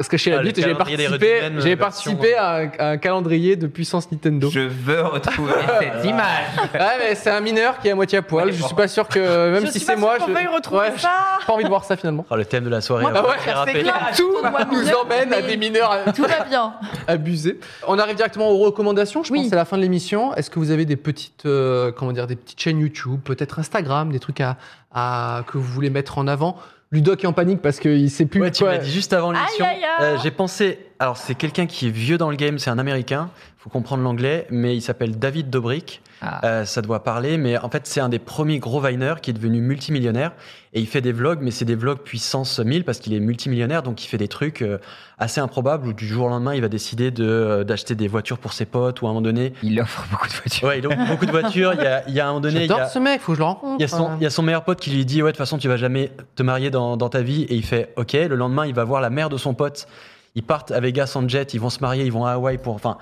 Speaker 1: se cacher la
Speaker 4: Ah, le
Speaker 1: bite. et J'avais
Speaker 4: calendrier des
Speaker 1: participé,
Speaker 4: Rudimens,
Speaker 1: j'avais
Speaker 4: version- euh.
Speaker 1: participé à un, à un calendrier de puissance Nintendo.
Speaker 6: Je veux retrouver cette image.
Speaker 1: Ouais, mais c'est un mineur qui est à moitié à poil.
Speaker 6: Ouais,
Speaker 1: je
Speaker 6: bon.
Speaker 1: suis pas sûr que, euh, même
Speaker 3: Je
Speaker 1: si
Speaker 3: suis
Speaker 1: c'est
Speaker 3: pas
Speaker 1: moi,
Speaker 3: sûre
Speaker 1: je.
Speaker 3: qu'on veuille retrouver
Speaker 1: ouais,
Speaker 3: ça.
Speaker 1: j'ai pas envie de voir ça finalement.
Speaker 4: Oh, le thème de la soirée.
Speaker 3: Moi,
Speaker 4: va
Speaker 1: bah ouais,
Speaker 4: me
Speaker 6: c'est
Speaker 4: faire rappeler.
Speaker 6: clair. Ah,
Speaker 1: Tout
Speaker 3: doit
Speaker 1: nous
Speaker 3: nous
Speaker 1: emmène à
Speaker 3: mais-
Speaker 1: des mineurs
Speaker 3: Tout va bien.
Speaker 1: abusés. On arrive directement aux recommandations. Je
Speaker 3: Oui.
Speaker 1: pense que c'est la fin de l'émission. Est-ce que vous avez des petites, euh, comment dire, des petites chaînes YouTube, peut-être Instagram, des trucs à, à- que vous voulez mettre en avant Ludoc est en panique parce qu'il sait plus
Speaker 4: Ouais, tu
Speaker 1: quoi.
Speaker 4: m'as dit juste avant l'émission.
Speaker 3: Aïe, aïe, aïe.
Speaker 4: euh, J'ai pensé. Alors, c'est quelqu'un qui est vieux dans le game, c'est un américain. Faut comprendre l'anglais, mais il s'appelle David Dobrik.
Speaker 2: Ah.
Speaker 4: Euh, ça doit parler, mais en fait, c'est un des premiers gros Viner qui est devenu multimillionnaire. Et il fait des vlogs, mais c'est des vlogs puissance 1000 parce qu'il est multimillionnaire, donc il fait des trucs euh, assez improbables où du jour au lendemain, il va décider de- euh, d'acheter des voitures pour ses potes ou à un moment donné.
Speaker 2: Il offre beaucoup de voitures.
Speaker 4: Ouais, il a beaucoup de voitures. Il y a, il y a un moment donné. il y
Speaker 1: J'adore
Speaker 4: a-
Speaker 1: ce mec, faut que je le rencontre. hein.
Speaker 4: il y, a son, il y a son meilleur pote qui lui dit Ouais, de toute façon, tu vas jamais te marier dans, dans ta vie. Et il fait Ok. Le lendemain, il va voir la mère de son pote. Ils partent à Vegas en jet, ils vont se marier, ils vont à Hawaï pour. Enfin,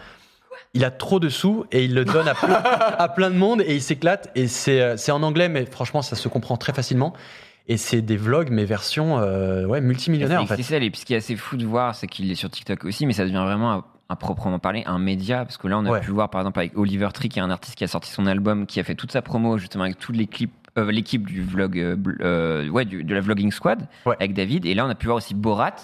Speaker 4: il a trop de sous et il le donne à plein, à plein de monde et il s'éclate. Et c'est euh, c'est en anglais, mais franchement, ça se comprend très facilement. Et c'est des vlogs, mais version euh, ouais, multimillionnaire en
Speaker 2: C'est
Speaker 4: fait.
Speaker 2: XXL, et puis ce qui est assez fou de voir, c'est qu'il est sur TikTok aussi, mais ça devient vraiment à, à proprement parler un média. Parce que là, on a
Speaker 4: Ouais.
Speaker 2: pu le voir par exemple avec Oliver Tree, qui est un artiste qui a sorti son album, qui a fait toute sa promo justement avec tous les clips. euh, l'équipe du vlog euh, bl- euh, ouais du- de la vlogging squad
Speaker 4: Ouais.
Speaker 2: avec David et là on a pu voir aussi Borat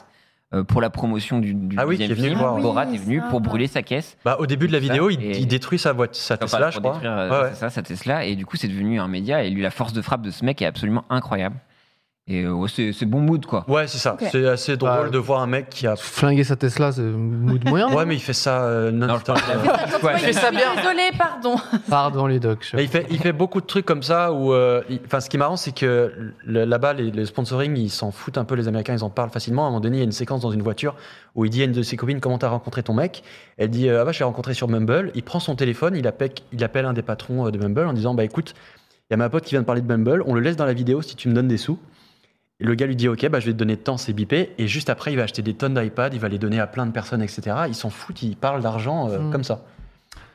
Speaker 2: euh, pour la promotion du, du
Speaker 4: Ah oui,
Speaker 2: deuxième
Speaker 4: qui est venu
Speaker 2: film.
Speaker 4: voir.
Speaker 2: Borat
Speaker 3: Ah oui,
Speaker 2: est venu
Speaker 3: ça.
Speaker 2: pour brûler sa caisse
Speaker 4: Bah, au début de la vidéo, il,
Speaker 2: Et-
Speaker 4: il détruit sa, voiture, sa
Speaker 2: Enfin,
Speaker 4: Tesla, je
Speaker 2: pour
Speaker 4: crois.
Speaker 2: détruire, euh,
Speaker 4: Ouais,
Speaker 2: ouais,
Speaker 4: ouais.
Speaker 2: c'est ça sa Tesla et du coup c'est devenu un média et lui la force de frappe de ce mec est absolument incroyable et euh, ouais, c'est c'est bon mood quoi
Speaker 4: Ouais, c'est ça.
Speaker 3: Ok.
Speaker 4: C'est assez drôle
Speaker 1: Bah,
Speaker 4: de voir un mec qui a.
Speaker 1: Flinguer sa Tesla, c'est mood moyen.
Speaker 4: Ouais, mais il fait ça euh, non-stop.
Speaker 3: Ouais,
Speaker 1: fais ça
Speaker 3: je suis
Speaker 1: bien.
Speaker 3: Désolée, pardon.
Speaker 1: hein. Pardon, Ludoc. je-
Speaker 4: Mais il fait, il fait beaucoup de trucs comme ça où, euh, il- enfin, ce qui est marrant, c'est que le- là-bas, les, le sponsoring, ils s'en foutent un peu, les Américains, ils en parlent facilement. À un moment donné, il y a une séquence dans une voiture où il dit à une de ses copines, comment t'as rencontré ton mec? Elle dit, euh, ah bah, je l'ai rencontré sur Mumble. Il prend son téléphone, il appelle, il appelle un des patrons euh, de Mumble en disant, bah, écoute, il y a ma pote qui vient de parler de Mumble, on le laisse dans la vidéo si tu me donnes des sous. Et Le gars lui dit ok bah je vais te donner tant c'est bipé et juste après il va acheter des tonnes d'iPad il va les donner à plein de personnes etc ils s'en foutent ils parlent d'argent euh,
Speaker 1: Mm.
Speaker 4: comme ça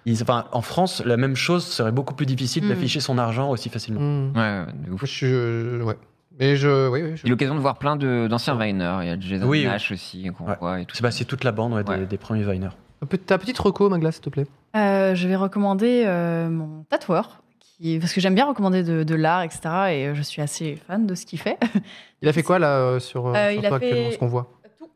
Speaker 4: ils- enfin, en France, la même chose serait beaucoup plus difficile
Speaker 3: Mm.
Speaker 4: d'afficher son argent aussi facilement.
Speaker 1: Hmm.
Speaker 2: Ouais, ouais, de ouf.
Speaker 1: Je suis. euh, ouais. Mais je. Oui, oui. je-
Speaker 2: J'ai eu l'occasion de voir plein de- d'anciens Viner. Il y a Jason
Speaker 4: Oui, oui.
Speaker 2: Nash aussi qu'on
Speaker 4: Ouais.
Speaker 2: voit et tout.
Speaker 4: C'est bah, c'est toute la bande ouais, des-
Speaker 2: Ouais.
Speaker 4: Des, premiers Viner.
Speaker 1: Un peu- Ta petite reco, Magla, s'il te plaît.
Speaker 3: Euh, je vais recommander euh, mon tatoueur. Qui... Parce que j'aime bien recommander de, de l'art, etc. Et euh, je suis assez fan de ce qu'il fait.
Speaker 1: Il a fait quoi là euh, sur, euh,
Speaker 3: Euh,
Speaker 1: sur
Speaker 3: il a
Speaker 1: toi
Speaker 3: fait-
Speaker 1: actuellement, ce qu'on voit
Speaker 3: Tout.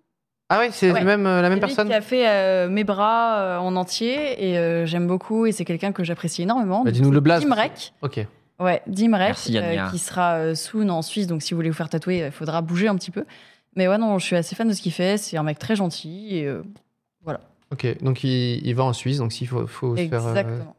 Speaker 1: Ah oui, c'est
Speaker 3: Ouais.
Speaker 1: le même, euh, la même
Speaker 3: C'est lui
Speaker 1: personne
Speaker 3: qui a fait euh, mes bras euh, en entier. Et euh, j'aime beaucoup. Et c'est quelqu'un que j'apprécie énormément.
Speaker 1: Bah, Dis-nous le blaze.
Speaker 3: Tim Reck.
Speaker 1: Ok.
Speaker 3: Ouais, Dim Rech,
Speaker 2: Merci, Yadnia.
Speaker 3: euh, qui sera euh, soon en Suisse, donc si vous voulez vous faire tatouer, il faudra bouger un petit peu. Mais ouais, non, je suis assez fan de ce qu'il fait, c'est un mec très gentil. Et, euh,
Speaker 1: Ok, donc il, il va en Suisse, donc s'il faut, faut se faire. euh,
Speaker 3: Exactement.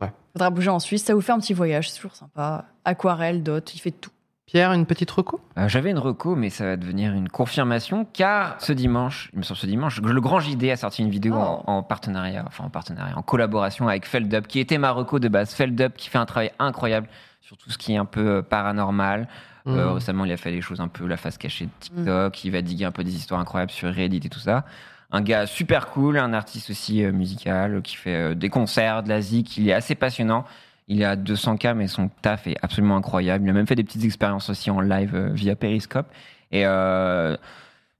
Speaker 1: ouais.
Speaker 3: faudra bouger en Suisse, ça vous fait un petit voyage, c'est toujours sympa. Aquarelle, dot, il fait tout.
Speaker 1: Pierre, une petite reco
Speaker 2: Euh, J'avais une reco, mais ça va devenir une confirmation car ce dimanche, il me semble ce dimanche, le Grand JD a sorti une vidéo en, en partenariat, enfin en partenariat, en collaboration avec Feldup, qui était ma reco de base. Feldup qui fait un travail incroyable sur tout ce qui est un peu euh, paranormal. Euh,
Speaker 1: Hmm.
Speaker 2: récemment, il a fait des choses un peu la face cachée de TikTok. Il va diguer un peu des histoires incroyables sur Reddit et tout ça. Un gars super cool, un artiste aussi euh, musical euh, qui fait euh, des concerts, de la zik. Il est assez passionnant. Il est à 200K, mais son taf est absolument incroyable. Il a même fait des petites expériences aussi en live euh, via Periscope. Et euh,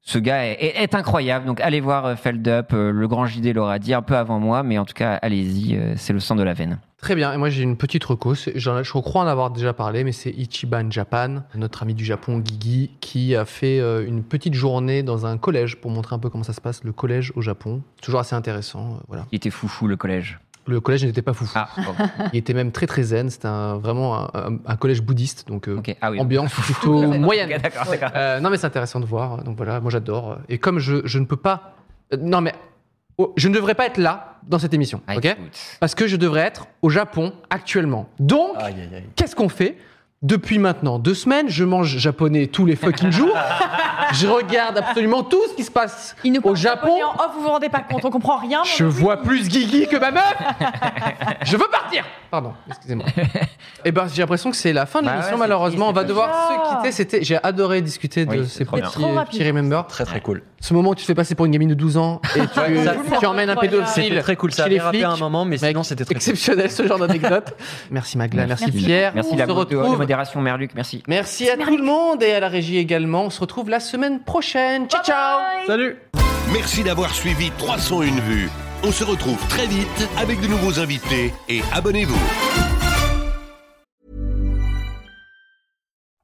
Speaker 2: ce gars est, est- est incroyable. Donc allez voir euh, Feldup. euh, le grand JD l'aura dit un peu avant moi, mais en tout cas, allez-y. euh, c'est le sang de la veine.
Speaker 1: Très bien, et moi j'ai une petite reco, c'est- j'en- je crois en avoir déjà parlé, mais c'est Ichiban Japan, notre ami du Japon, Guigui, qui a fait euh, une petite journée dans un collège pour montrer un peu comment ça se passe, le collège au Japon. Toujours assez intéressant, euh, voilà.
Speaker 2: Il était foufou, le collège.
Speaker 1: Le collège n'était pas foufou,
Speaker 2: Ah, bon.
Speaker 1: il était même très très zen, c'était un- vraiment un, un- un collège bouddhiste, donc euh,
Speaker 2: ok. Ah oui.
Speaker 1: ambiance plutôt moyenne.
Speaker 2: Ok, d'accord, d'accord.
Speaker 1: Euh, non, mais c'est intéressant de voir. Donc voilà, moi j'adore. Et comme je, je ne peux pas. euh, non, mais. oh, je ne devrais pas être là dans cette émission.
Speaker 2: Ah,
Speaker 1: ok
Speaker 2: écoute.
Speaker 1: Parce que je devrais être au Japon actuellement. Donc,
Speaker 2: Ah.
Speaker 4: Aïe, aïe, aïe.
Speaker 1: qu'est-ce qu'on fait Depuis maintenant deux semaines, je mange japonais tous les fucking jours. je regarde absolument tout ce qui se passe
Speaker 3: Il nous
Speaker 1: au
Speaker 3: parle
Speaker 1: Japon.
Speaker 3: japonais en off, vous vous rendez pas compte, on comprend rien.
Speaker 1: Je
Speaker 3: mais-
Speaker 1: vois plus Guigui que ma meuf. je veux partir. Pardon, excusez-moi. Eh ben, j'ai l'impression que c'est la fin de
Speaker 2: Bah
Speaker 1: l'émission.
Speaker 2: ouais, c'est
Speaker 1: malheureusement, on
Speaker 2: triste,
Speaker 1: va
Speaker 2: c'est
Speaker 1: devoir
Speaker 3: dommage.
Speaker 1: se quitter. C'était, j'ai adoré discuter de
Speaker 2: Oui, c'est
Speaker 1: ces
Speaker 2: trop
Speaker 1: petits,
Speaker 2: bien.
Speaker 3: Trop rapide.
Speaker 1: petits remember.
Speaker 4: Très très cool.
Speaker 1: Ce moment où tu te fais passer pour une gamine de 12 ans et tu,
Speaker 4: Ouais, ça,
Speaker 1: tu emmènes un
Speaker 4: C'était
Speaker 1: pédophile.
Speaker 4: très cool. Ça a
Speaker 1: chez les
Speaker 4: dérapé à un
Speaker 1: flics,
Speaker 4: moment, mais
Speaker 1: Mec,
Speaker 4: sinon c'était très cool.
Speaker 1: exceptionnel ce genre d'anecdote. merci Magla, merci, Pierre.
Speaker 2: Merci
Speaker 1: on
Speaker 2: la
Speaker 1: se
Speaker 2: moto- la
Speaker 1: retrouve.
Speaker 2: modération Merluc, merci.
Speaker 1: Merci à tout le monde et à la régie également. On se retrouve la semaine prochaine. Ciao ciao.
Speaker 4: Salut!
Speaker 5: Merci d'avoir suivi 301 vues. On se retrouve très vite avec de nouveaux invités et abonnez-vous.